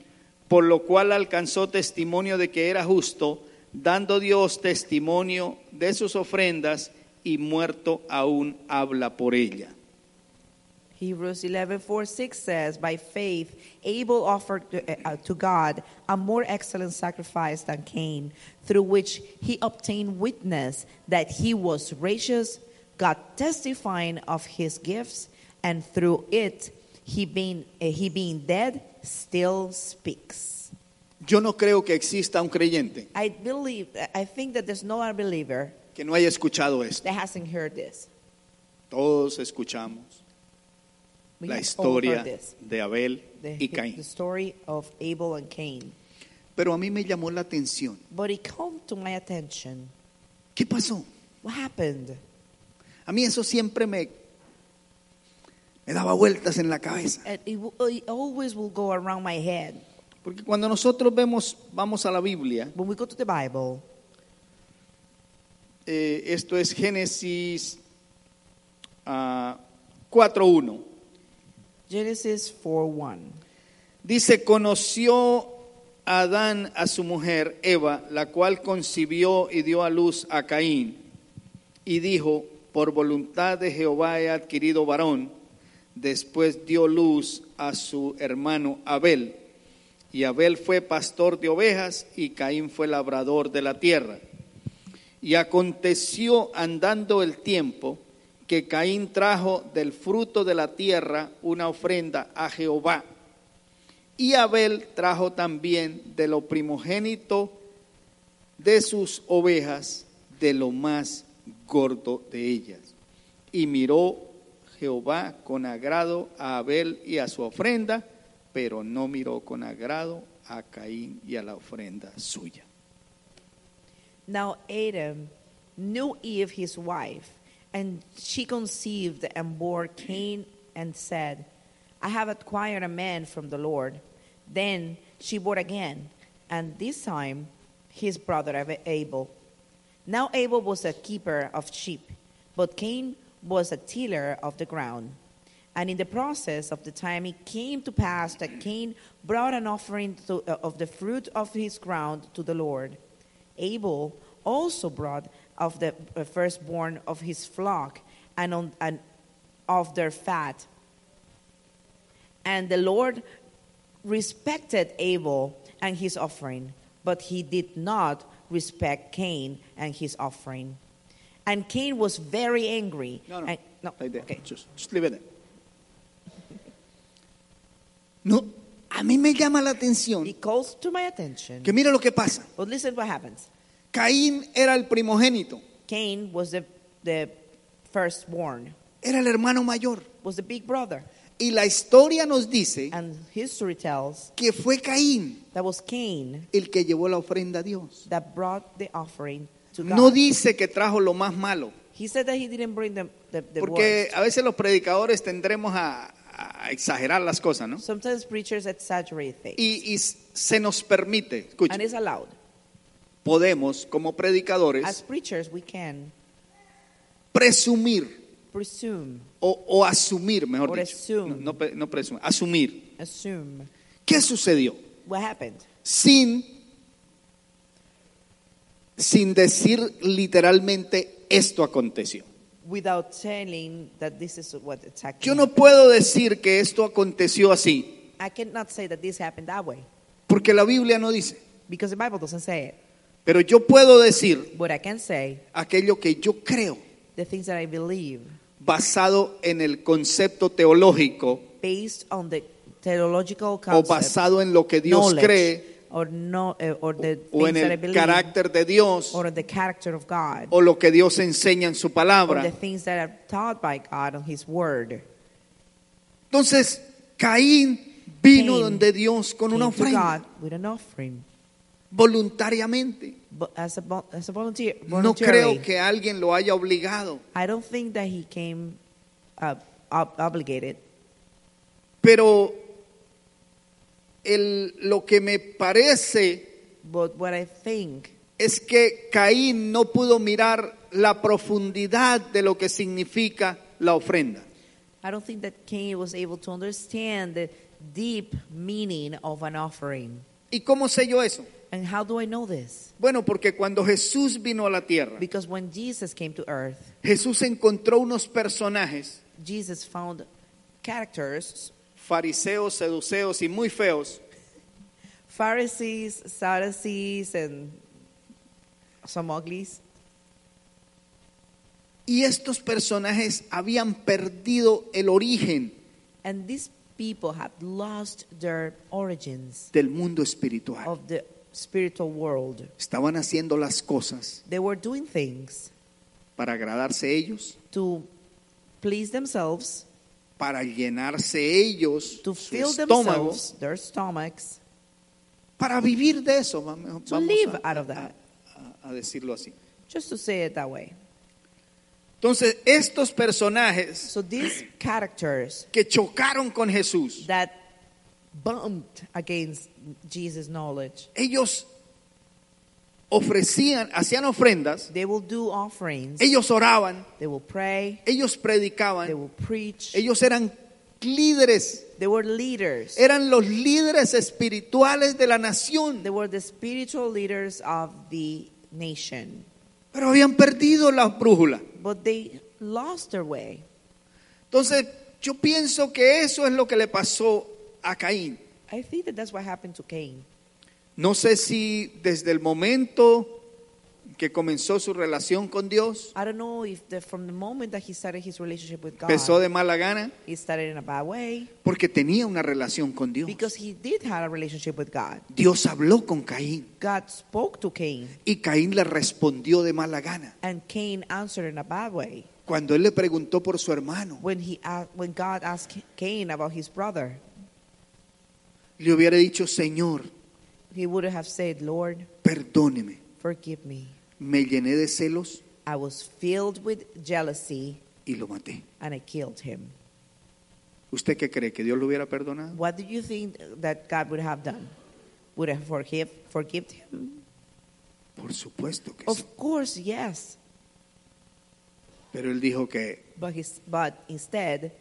por lo cual alcanzó testimonio de que era justo, dando Dios testimonio de sus ofrendas y muerto aún habla por ella.
Hebrews 11, 4, 6 says, By faith, Abel offered to, uh, to God a more excellent sacrifice than Cain, through which he obtained witness that he was righteous, God testifying of his gifts, and through it, he being, uh, he being dead, still speaks.
Yo no creo que exista un creyente
I believe, I think that there's no unbeliever
que no haya escuchado esto.
that hasn't heard this.
Todos escuchamos
We
la
have all heard
historia
this.
de Abel y
the
Caín.
story of Abel and Cain.
Pero a mí me llamó la atención.
But it came to my attention.
¿Qué pasó?
What happened?
A mí eso siempre me, me daba vueltas en la cabeza.
And it, will- it always will go around my head.
Porque cuando nosotros vemos, vamos a la Biblia,
When we go to the Bible,
eh, esto es Génesis ah, 4.1.
Genesis 4 1.
Dice, conoció Adán a su mujer Eva, la cual concibió y dio a luz a Caín, y dijo, por voluntad de Jehová he adquirido varón. Después dio luz a su hermano Abel, y Abel fue pastor de ovejas y Caín fue labrador de la tierra. Y aconteció andando el tiempo que Caín trajo del fruto de la tierra una ofrenda a Jehová. Y Abel trajo también de lo primogénito de sus ovejas, de lo más gordo de ellas. Y miró Jehová con agrado a Abel y a su ofrenda, pero no miró con agrado a Caín y a la ofrenda suya.
Now Adam knew Eve his wife, and she conceived and bore Cain and said, I have acquired a man from the Lord. Then she bore again, and this time his brother Ab- Abel. Now Abel was a keeper of sheep, but Cain was a tiller of the ground. And in the process of the time, it came to pass that Cain brought an offering to, uh, of the fruit of his ground to the Lord. Abel also brought of the uh, firstborn of his flock and, on, and of their fat. And the Lord respected Abel and his offering, but he did not respect Cain and his offering. And Cain was very angry.
No, no.
and- no,
Right there.
okay.
Just- just leave it there. No, a mí me llama la atención
It calls to my attention.
que mira lo que pasa.
But listen what happens.
Caín era el primogénito,
Cain was the, the firstborn,
era el hermano mayor.
was the big brother.
Y la historia nos dice
And history tells
que fue Caín
that was Cain
el que llevó la ofrenda a Dios.
that brought the offering to God.
No dice que trajo lo más malo,
he said that he didn't bring the, the, the
porque
worst.
a veces los predicadores tendremos a, a exagerar las cosas, ¿no?
Sometimes preachers exaggerate things.
Y, y se nos permite, escucha,
and it's allowed.
podemos como
As
predicadores
preachers, we can
presumir
presume,
o, o asumir, mejor
Or
dicho.
assume.
No, no pre- no presumir, asumir.
assume
¿Qué sucedió?
what happened
Sin, sin decir literalmente esto aconteció.
without telling that this is what exactly.
Yo no puedo decir que esto aconteció así,
I cannot say that this happened that way
porque la Biblia no dice.
because the Bible doesn't say it.
Pero yo puedo decir
But I can say
aquello que yo creo,
the things that I believe
basado en el concepto teológico
based on the theological
o
concept,
basado en lo que Dios
knowledge,
cree
or no, eh, or the
o
things
en
that I
el
believe,
carácter de Dios
or the character of God,
o lo que Dios enseña en su
or the
palabra.
things that are taught by God on His Word.
Entonces, Caín vino
Cain
donde Dios con una
Came to God
ofrenda
with an offering,
voluntariamente.
but as a vo- as a volunteer,
No
voluntarily.
creo que alguien lo haya obligado,
I don't think that he came uh, ob- obligated.
pero el- lo que me parece
But what I think
es que Caín no pudo mirar la profundidad de lo que significa la ofrenda.
I don't think that Cain was able to understand the deep meaning of an offering.
¿Y cómo sé yo eso?
And how do I know this?
Bueno, porque cuando Jesús vino a la tierra,
Because when Jesus came to earth,
Jesús encontró unos personajes,
Jesus found characters,
fariseos, seduceos y muy feos,
Pharisees, Sadducees, and some uglies.
y estos personajes habían perdido el origen
And these people had lost their origins
del mundo espiritual.
of the spiritual world.
Estaban haciendo las cosas
They were doing things
para agradarse ellos,
to please themselves,
para llenarse ellos
to
su
fill
estómago,
themselves, their stomachs,
para vivir de eso. Vamos
to
vamos
live
a-
out of that.
a- a decirlo así.
Just to say it that way.
Entonces, estos personajes
So these characters
que chocaron con Jesús,
that bumped against Jesus' knowledge,
ellos ofrecían, hacían ofrendas,
they will do offerings,
ellos oraban,
they will pray,
ellos
they
predicaban,
will preach,
ellos eran líderes.
They were leaders.
Eran los líderes espirituales de la nación.
They were the spiritual leaders of the nation.
Pero habían perdido la brújula.
But they lost their way.
Entonces, yo pienso que eso es lo que le pasó a Caín.
I think that that's what happened to Cain.
No sé si desde el momento que comenzó su relación con Dios,
I don't know if the, from the moment that he started his relationship with God,
empezó de mala gana,
he started in a bad way
porque tenía una relación con Dios.
because he did have a relationship with God.
Dios habló con Caín
God spoke to Cain,
y Caín le respondió de mala gana.
and Cain answered in a bad way
Cuando él le preguntó por su hermano,
when he a- when God asked Cain about his brother.
le hubiera dicho, Señor,
He would have said, "Lord,
perdóneme,
forgive me.
me llené de celos
I was filled with jealousy,
y lo maté.
and I killed him."
¿Usted qué cree? ¿Que Dios lo hubiera perdonado?
What do you think that God would have done? Would have forgive forgive him?
Por supuesto que sí.
Of course, yes.
Pero él dijo que,
But his but instead,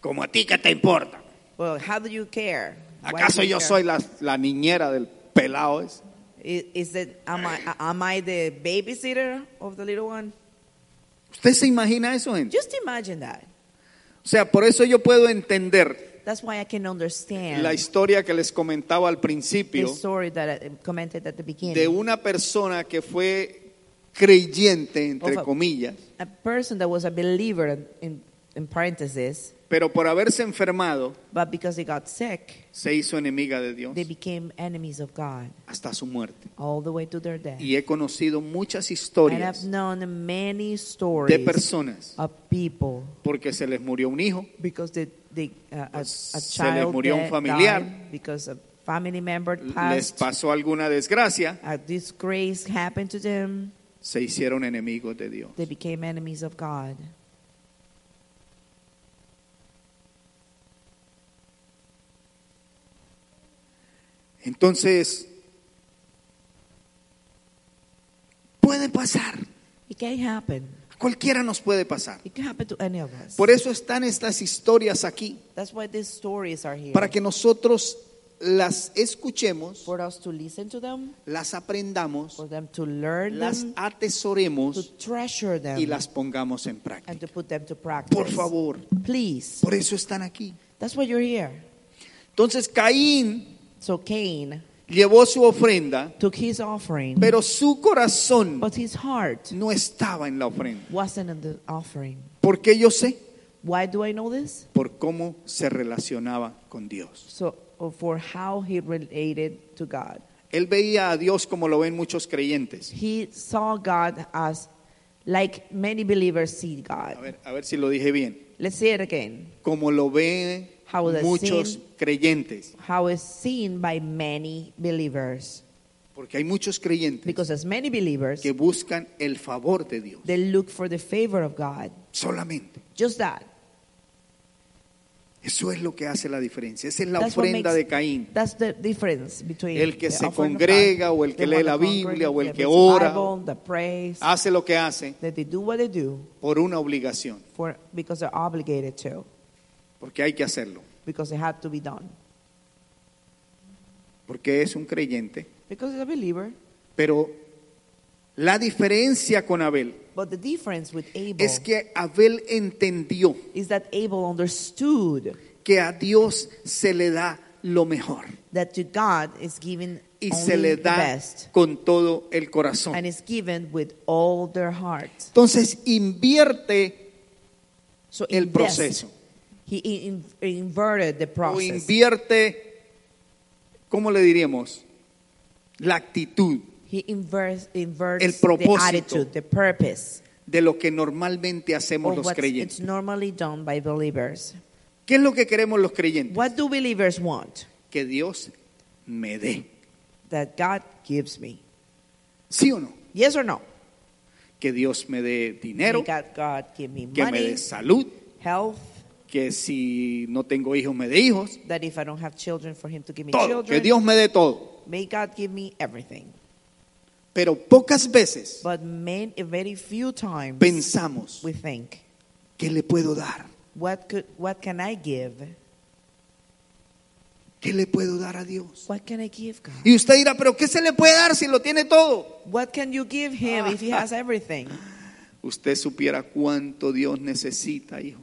como a ti que te importa,
well, how do you care? Why do
¿acaso
you
yo
care?
soy la, la niñera del pelado ese?
I- Is it am I am I the babysitter of the little one?
¿Usted se imagina eso, gente?
Just imagine that.
O sea, por eso yo puedo entender
That's why I can understand
la historia que les comentaba al
the
principio
story that I commented at the
de
beginning.
una persona que fue creyente, entre
Ojo.
comillas,
A person that was a believer in, in parentheses,
pero por haberse enfermado
but because they got sick,
se hizo enemiga de Dios
they became enemies of God
hasta su muerte.
all the way to their death.
Y he conocido muchas
And I've
historias
known many
de
stories
personas
of people
porque se les murió un hijo,
because they, they, uh, a,
Pues,
a
se les
child
murió un
died
familiar.
because a family member
les
passed,
pasó alguna desgracia,
a disgrace happened to them,
se hicieron enemigos de Dios.
they became enemies of God.
Entonces, puede pasar,
It can happen.
a cualquiera nos puede pasar.
It can happen to any of us.
Por eso están estas historias aquí,
That's why these stories are here.
para que nosotros las escuchemos,
for us to listen to them,
las aprendamos,
for them to learn
las
them, to
atesoremos
treasure them,
y las pongamos en
and to
práctica.
put them to practice.
Por favor,
Please.
por eso están aquí.
That's why you're here.
Entonces Caín
So Cain
llevó su ofrenda,
took his offering,
pero su corazón
but his heart
no estaba en la ofrenda.
wasn't in the offering.
¿Por qué yo sé?
Why do I know this?
Por cómo se relacionaba con Dios.
So uh, for how he related to God.
Él veía a Dios como lo ven muchos creyentes.
He saw God as like many believers see God.
A ver, a ver si lo dije bien.
Let's say it again.
Como lo ven
How was that
muchos
seen?
creyentes.
How is seen by many believers.
Porque hay muchos creyentes
Because as many believers,
que buscan el favor de Dios.
they look for the favor of God.
Solamente.
Just that.
Eso es lo que hace la diferencia. Esa es la
That's what
ofrenda
makes-
de Caín.
That's the difference between
El que
the
se
offering of
congrega
God,
o el que
the
lee
one
la
that
Biblia o el
congregates,
que
that reads the
ora. Ah.
Bible, that prays,
Hace lo que hace
that they do what they do
por una obligación.
for because they're obligated to,
Porque hay que hacerlo.
because it had to be done.
Porque es un creyente.
Because it's a believer.
Pero la diferencia con Abel
But the difference with Abel
es que Abel entendió
is that Abel understood
que a Dios se le da lo mejor
that to God is given
y
only
se le
the
da
best
con todo el corazón.
and is given with all their heart.
Entonces invierte
So
El
invest.
proceso.
He in- in- inverted the
o
process.
invierte, ¿cómo le diríamos? La actitud
He inverts, inverts
El
the
propósito.
attitude, the purpose
de lo que normalmente hacemos
of
los
what it's
creyentes.
normally done by believers.
¿Qué es lo que queremos los creyentes?
What do believers want?
Que Dios me dé.
That God gives me.
¿Sí o no?
Yes or no?
Que Dios me dé
May
dinero,
God, God give me
que me dé
money,
salud,
health,
que si no tengo hijos me dé hijos,
that if I don't have children, for Him to give me
todo, que
children.
Dios me dé todo.
May God give me everything.
Pero pocas veces
But many, very few times
pensamos,
we think,
¿qué le puedo dar?
What, could, what can I give?
¿Qué le puedo dar a Dios?
What can I give God?
Y usted dirá, pero ¿qué se le puede dar si lo tiene todo?
What can you give him if he has everything?
Usted supiera cuánto Dios necesita, hijo.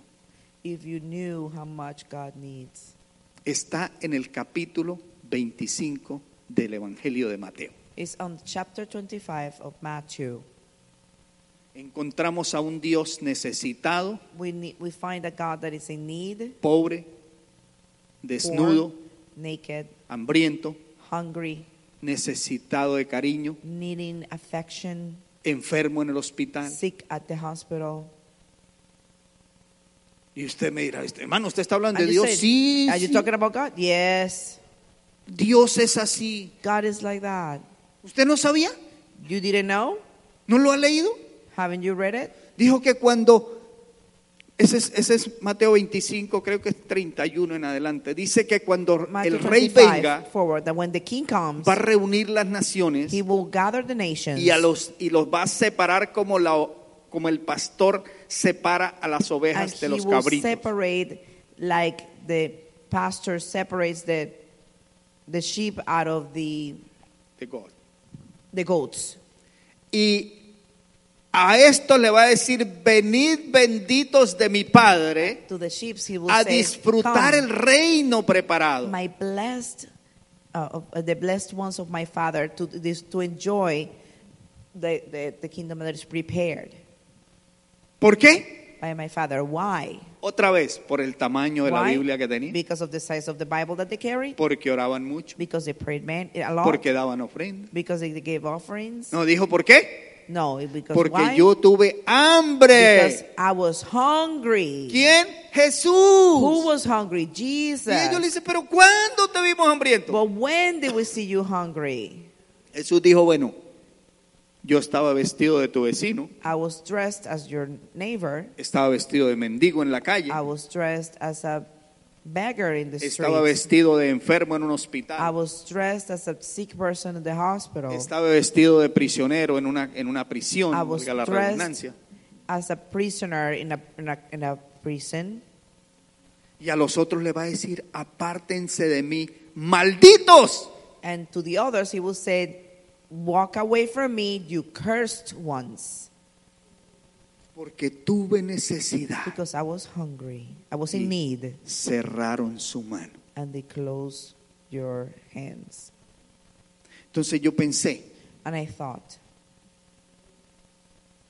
If you knew how much God needs.
Está en el capítulo 25 del Evangelio de Mateo.
It's on chapter 25 of Matthew.
Encontramos a un Dios necesitado,
We, need, we find a God that is in need,
pobre, desnudo,
poor, naked,
hambriento,
hungry,
necesitado de cariño,
needing affection,
enfermo en el hospital.
sick at the hospital.
Y usted me dirá, este, hermano, usted está hablando
And
de
you
Dios.
said,
Sí,
Are you
sí,
talking about God? Yes.
Dios es así.
God is like that.
¿Usted no sabía?
You didn't know?
¿No lo ha leído?
Haven't you read it?
Dijo que cuando, ese es, ese es Mateo 25, creo que es 31 en adelante, dice que cuando
Matthew
el rey
25
venga,
forward that when the king comes,
va a reunir las naciones
he will gather the nations.
y, a los, y los va a separar como, la, o- como el pastor separa a las
and
ovejas
he
de los
will
cabritos.
separate like the pastor separates the the sheep out of the
De God.
the goats.
Y a esto le va a decir, venid benditos de mi Padre
To the sheep he will
a
say,
disfrutar
"Come,
el reino preparado.
my blessed uh, of- uh, the blessed ones of my father to this to enjoy the, the, the kingdom that is prepared
¿Por qué?
by my father. Why?
Otra vez, por el tamaño de la
Why?
Biblia que tenía,
Because of the size of the Bible that they carry.
porque oraban mucho,
Because they prayed man a lot.
porque daban ofrendas.
Because they gave offerings.
No dijo por qué,
No, it- because
porque
why?
yo tuve
because
hambre.
I was hungry.
¿Quién?
Who
Jesús.
was hungry?
Y ellos le
Jesus.
dicen, pero ¿cuándo te vimos hambriento?
But when did we see you hungry?
Jesús dijo, bueno, yo estaba vestido de tu vecino,
I was dressed as your neighbor.
estaba vestido de mendigo en la calle,
I was dressed as a beggar in the
estaba
street.
vestido de enfermo en un
I
hospital,
was dressed as a sick person in the hospital.
estaba vestido de prisionero en una, en una prisión,
I was
valga la
dressed-
redundancia.
As a prisoner in a, in a, in a prison.
Y a los otros le va a decir, apártense de mí, malditos,
And to the others, he will say, Walk away from me, you cursed ones.
porque tuve necesidad.
Because I was hungry. I was
Y-
in need.
Cerraron su mano.
And they closed your hands.
Entonces yo pensé,
And I thought,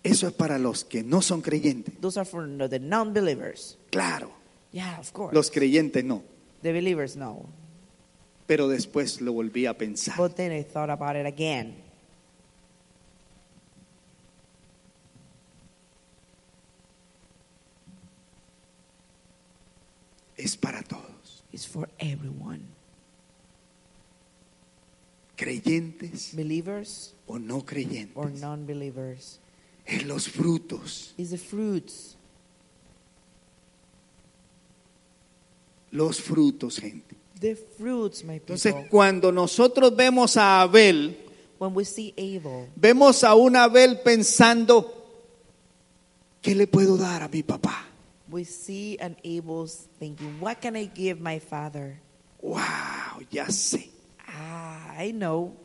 eso es para los que no son creyentes.
Those are for the non believers.
Claro,
Yeah, of course.
los creyentes no.
the believers know.
Pero después lo volví a pensar.
But then I thought about it again.
Es para todos,
It's for everyone.
creyentes
Believers
o no
or
creyentes.
non believers.
Es los frutos,
It's the fruits.
los frutos, gente.
The fruits, my people.
Entonces cuando nosotros vemos a Abel,
when we see Abel,
Vemos a un Abel pensando, ¿qué le puedo dar a mi papá?
we see an Abel's thinking, What can I give my father?
¡Wow! Ya sé.
Ah, I know.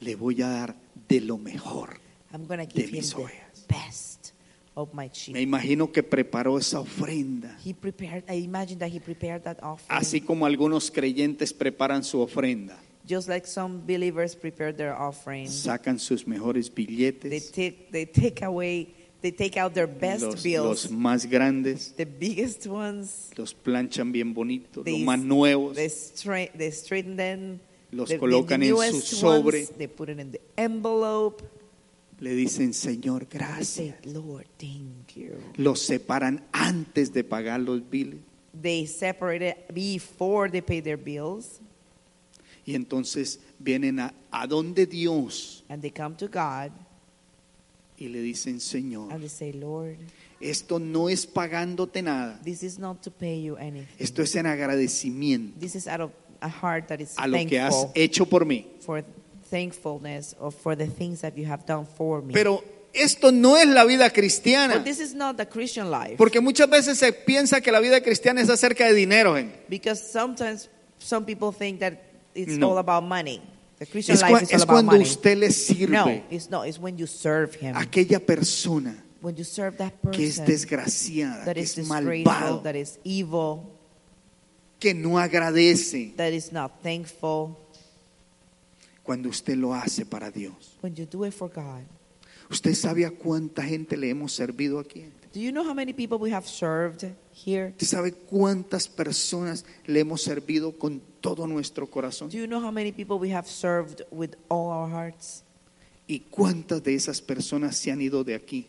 Le voy a dar de lo mejor.
I'm going to give him
mis
the
ovejas.
best of my sheep.
Me imagino que preparó esa ofrenda.
He prepared, I imagine that he prepared that offering.
Así como algunos creyentes preparan su ofrenda.
Just like some believers prepare their offering.
Sacan sus mejores
They
billetes,
take they take away they take out their best
los,
bills,
los más grandes,
the biggest ones.
los planchan bien bonitos, los
They-
más nuevos.
They, stra- they straighten them.
Los
the,
colocan
the
en su
newest
sobre.
Ones, they put it in the envelope.
Le dicen, Señor,
I say,
gracias.
Lord, thank you.
Los separan antes de pagar los biles.
They separate it before they pay their bills,
Y entonces vienen a, a donde Dios
and they come to God
y le dicen, Señor,
and they say, Lord,
esto no es pagándote nada,
this is not to pay you anything.
esto es en agradecimiento
This is out of a heart that is
a lo que has
thankful
hecho por mí.
for thankfulness or for the things that you have done for me.
Pero esto no es la vida cristiana.
But this is not the Christian life.
Porque muchas veces se piensa que la vida cristiana es acerca de dinero. ¿eh? gente.
Because sometimes some people think that it's
No.
all about money. The Christian
Es,
life
cua-
is all
es
about
cuando
money.
usted le
no,
sirve
it's not. It's when you serve Him.
a aquella persona
When you serve that
que es
person
desgraciada,
that
que
is
es
disgraceful,
malvado,
that is evil,
que no agradece
that is not thankful.
cuando usted lo hace para Dios.
When you do it for God.
¿Usted sabe a cuánta gente le hemos servido aquí?
Do you know how many people we have served here?
¿Usted sabe cuántas personas le hemos servido con todo nuestro corazón?
Do you know how many people we have served with all our hearts?
¿Y cuántas de esas personas se han ido de aquí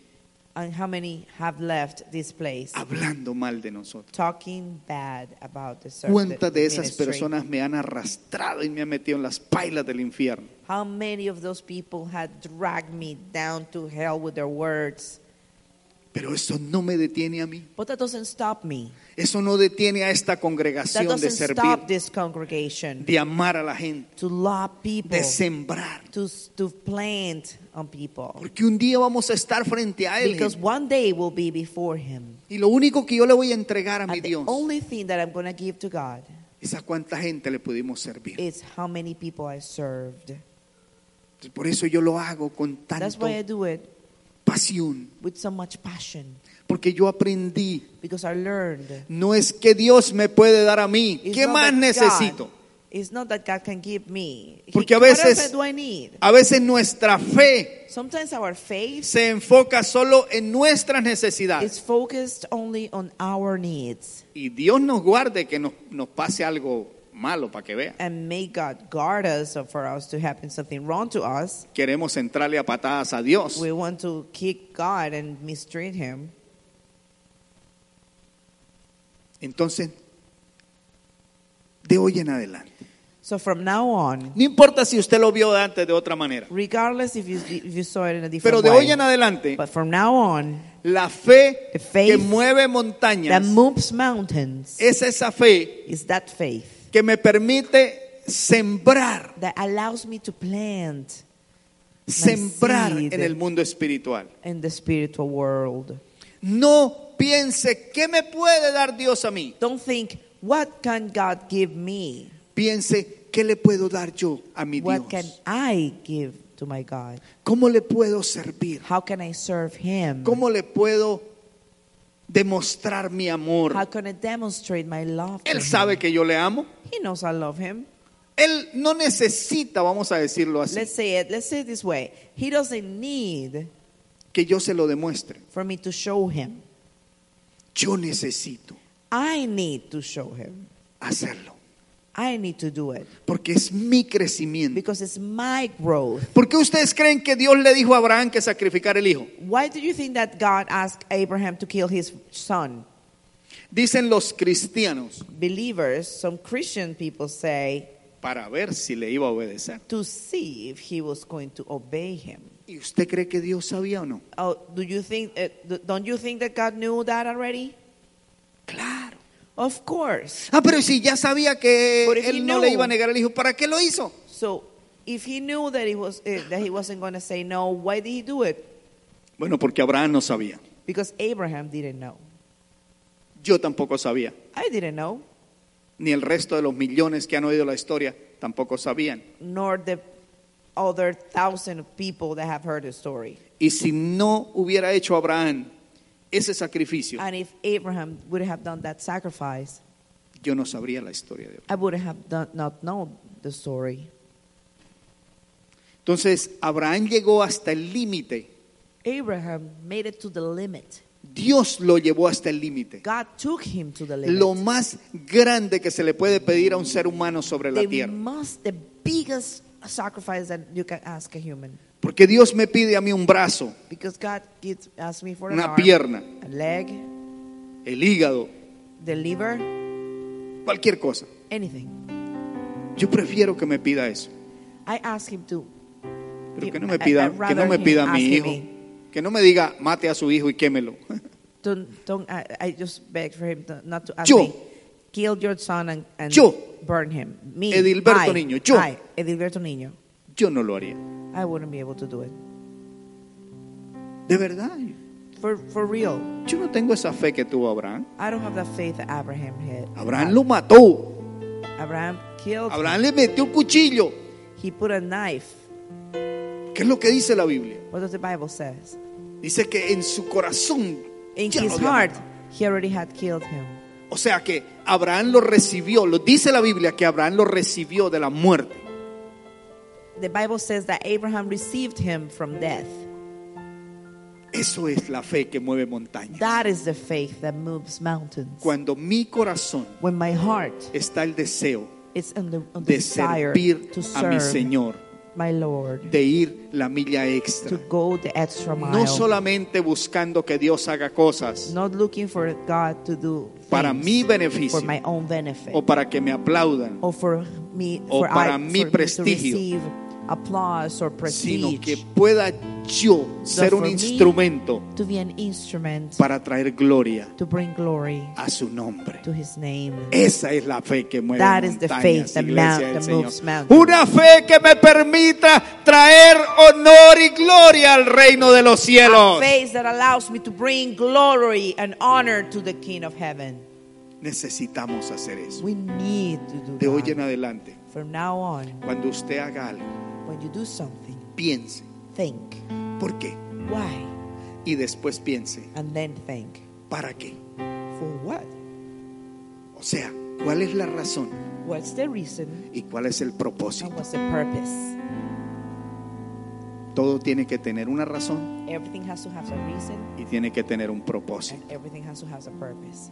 And how many have left this place
hablando mal de nosotros?
talking bad about the service?
¿Cuántas de esas personas me han arrastrado y me han metido en las pailas del infierno?
How many of those people had dragged me down to hell with their words?
Pero eso no me detiene a mí.
But that doesn't stop me.
Eso no detiene a esta
That
congregación de
doesn't
servir,
stop this congregation
de amar a la gente,
to love people,
de sembrar.
to, to plant on people.
Porque un día vamos a estar frente a Él.
Because
gente.
one day we'll be before Him.
Y lo único que yo le voy a entregar a mi
And the
Dios
only thing that I'm going to give to God
es a cuánta gente le pudimos servir.
is how many people I served.
Por eso yo lo hago con
That's why I
tanta
do it
pasión.
with so much passion
Porque yo aprendí
because I learned.
No es que Dios me puede dar a mí.
It's
¿Qué
not
más
that
necesito?
God- It's not that God can give me. He-
Porque a
what
veces-
else do I need?
A veces nuestra fe
Sometimes our faith
se enfoca solo en nuestras necesidades.
is focused only on our needs.
Y Dios nos guarde que nos, nos pase algo malo para que vea.
And may God guard us or for us to happen something wrong to us.
Queremos entrarle a patadas a Dios.
We want to kick God and mistreat Him.
Entonces, de hoy en adelante.
So from now on,
No importa si usted lo vio antes de otra manera.
regardless if you, if you saw it in a
Pero
different
de
way,
hoy en adelante,
but from now on,
la fe
The faith
que mueve montañas
that moves mountains
es esa fe
is that faith
que me permite sembrar
that allows me to plant
sembrar
seed.
en el mundo espiritual.
in the spiritual world.
No piense qué me puede dar Dios a mí.
Don't think, what can God give me?
Piense qué le puedo dar yo a mi
What can
Dios.
I give to my God?
¿Cómo le puedo servir?
How can I serve Him?
¿Cómo le puedo demostrar mi
How
amor?
can I demonstrate my love? to
Él
him?
sabe que yo le amo.
He knows I love Him.
Él no necesita, vamos a decirlo así,
Let's say it. Let's say it this way. He doesn't need
que yo se lo demuestre.
for me to show Him.
Yo necesito
I need to show Him.
hacerlo.
I need to do it
Porque es mi crecimiento.
because it's my growth.
¿Por qué ustedes creen que Dios le dijo a Abraham que sacrificar el hijo?
Why do you think that God asked Abraham to kill his son?
Dicen los cristianos
Believers, some Christian people say,
para ver si le iba a obedecer.
to see if he was going to obey him.
¿Y usted cree que Dios sabía o no?
Oh, do you think? Uh, th- don't you think that God knew that already?
Claro.
Of course.
Ah, pero si ya sabía que
But if he
él no
knew-
le iba a negar el hijo, ¿para qué lo hizo?
So, if he knew that he was uh, that he wasn't going to say no, why did he do it?
Bueno, porque Abraham no sabía.
Because Abraham didn't know.
Yo tampoco sabía.
I didn't know,
Ni el resto de los millones que han oído la historia tampoco sabían.
nor the other thousand of people that have heard the story.
Y si no hubiera hecho Abraham ese sacrificio,
And if Abraham would have done that sacrifice,
yo no sabría la historia de Abraham.
I would have done, not known the story.
Entonces, Abraham llegó hasta el límite.
Abraham made it to the limit.
Dios lo llevó hasta el límite.
God took him to the limit.
Lo más grande que se le puede pedir a un ser humano sobre la
They
tierra.
must the biggest sacrifice that you can ask a human
Porque Dios me pide a mí un brazo,
because God gives asked me for an
una
arm,
pierna,
a leg,
el hígado,
the liver,
cualquier cosa.
anything.
Yo prefiero que me pida eso.
I ask him to.
Pero
give-
que no me
I-
pida,
I'd
que no
rather
me
him
pida a mi
asking
hijo.
me,
Que no me diga, mate a su hijo y quémelo.
Don't, don't. I, I just beg for him to, not to ask
Yo.
me. Kill your son and, and
Yo.
burn him. Me.
Edilberto
I,
Niño, yo.
I, Edilberto Niño.
Yo no lo haría.
I wouldn't be able to do it.
De verdad,
For, for real,
yo no tengo esa fe que tuvo Abraham.
I don't have the faith that Abraham had.
Abraham lo mató.
Abraham killed.
Abraham le metió un cuchillo.
He put a knife.
¿Qué es lo que dice la Biblia?
What does the Bible says?
Dice que en su corazón.
In
ya lo
his
había
heart,
matado.
he already had killed him.
O sea que Abraham lo recibió. Lo dice la Biblia que Abraham lo recibió de la muerte.
The Bible says that Abraham received him from death.
Eso es la fe que mueve montañas.
That is the faith that moves mountains.
Cuando mi corazón
When my heart
está el deseo
is in the, on the
de
desire
servir
to
a
serve
mi Señor,
my Lord,
de ir la milla
to
extra,
go the extra mile,
no solamente buscando que Dios haga cosas
not looking for God to do
para
things
mi beneficio
for my own benefit
o para que me aplaudan,
or for me
o
for
para
I,
mi
for me
prestigio.
to receive applause or
sino que
prestige,
pueda yo ser
for
un
me-
instrumento
to be an instrument
para traer gloria
to bring glory
a su nombre.
to His name.
Esa es la fe que mueve
That is the
montañas,
faith that
iglesia
mount-
del
that
Señor.
moves mountains.
Una fe que me permita traer honor y gloria al reino de los
A
cielos.
faith that allows me to bring glory and honor to the King of Heaven.
Necesitamos hacer eso.
We need to do
De hoy en
that.
adelante,
From now on,
cuando usted haga algo,
when you do something,
piense,
think
¿por qué?
why,
Y después piense,
and then think
¿para qué?
for what.
O sea, ¿cuál es la razón
What's the reason?
y cuál es el
And
propósito?
what's the purpose?
Todo tiene que tener una razón
Everything has to have a reason,
y tiene que tener un propósito.
and everything has to have a purpose.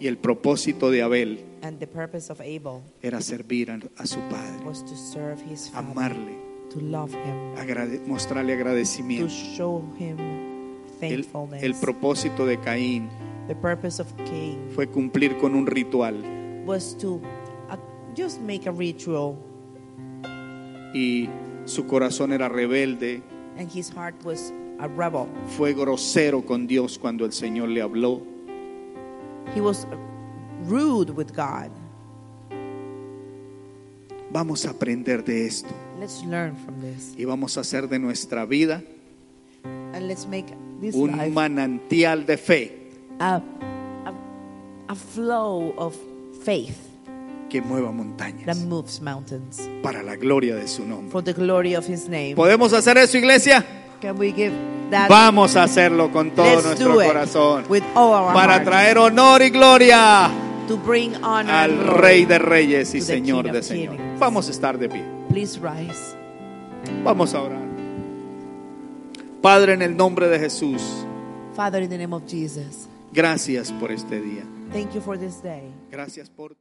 Y el propósito de Abel
And the purpose of Abel
era servir a, a su padre,
was to serve his father,
amarle,
to love him,
agrade- mostrarle
to
agradecimiento.
show him
El,
thankfulness.
el propósito de Caín
the purpose of Cain
fue cumplir con un ritual
was to uh, just make a ritual,
y su corazón era rebelde,
and his heart was a rebel.
fue grosero con Dios cuando el Señor le habló.
He was rude with God.
Vamos a aprender de esto
Let's learn from this,
y vamos a hacer de nuestra vida
and let's make this
un
life
manantial de fe
a, a, a flow of faith
que mueva
that
montañas
moves mountains
para la gloria de su nombre.
for the glory of His name.
¿Podemos hacer eso, iglesia?
Can we give that?
Vamos a hacerlo con todo
Let's
nuestro
do it
corazón
with all our
para
heart
traer honor y gloria
to bring honor and
al
glory.
Rey de Reyes y
to the
Señor
King
de
of
Señores.
Kings.
Vamos a estar de pie.
Please rise.
Vamos a orar. Padre, en el nombre de Jesús,
Father, in the name of Jesus,
gracias por este día.
thank you for this day.
Gracias por...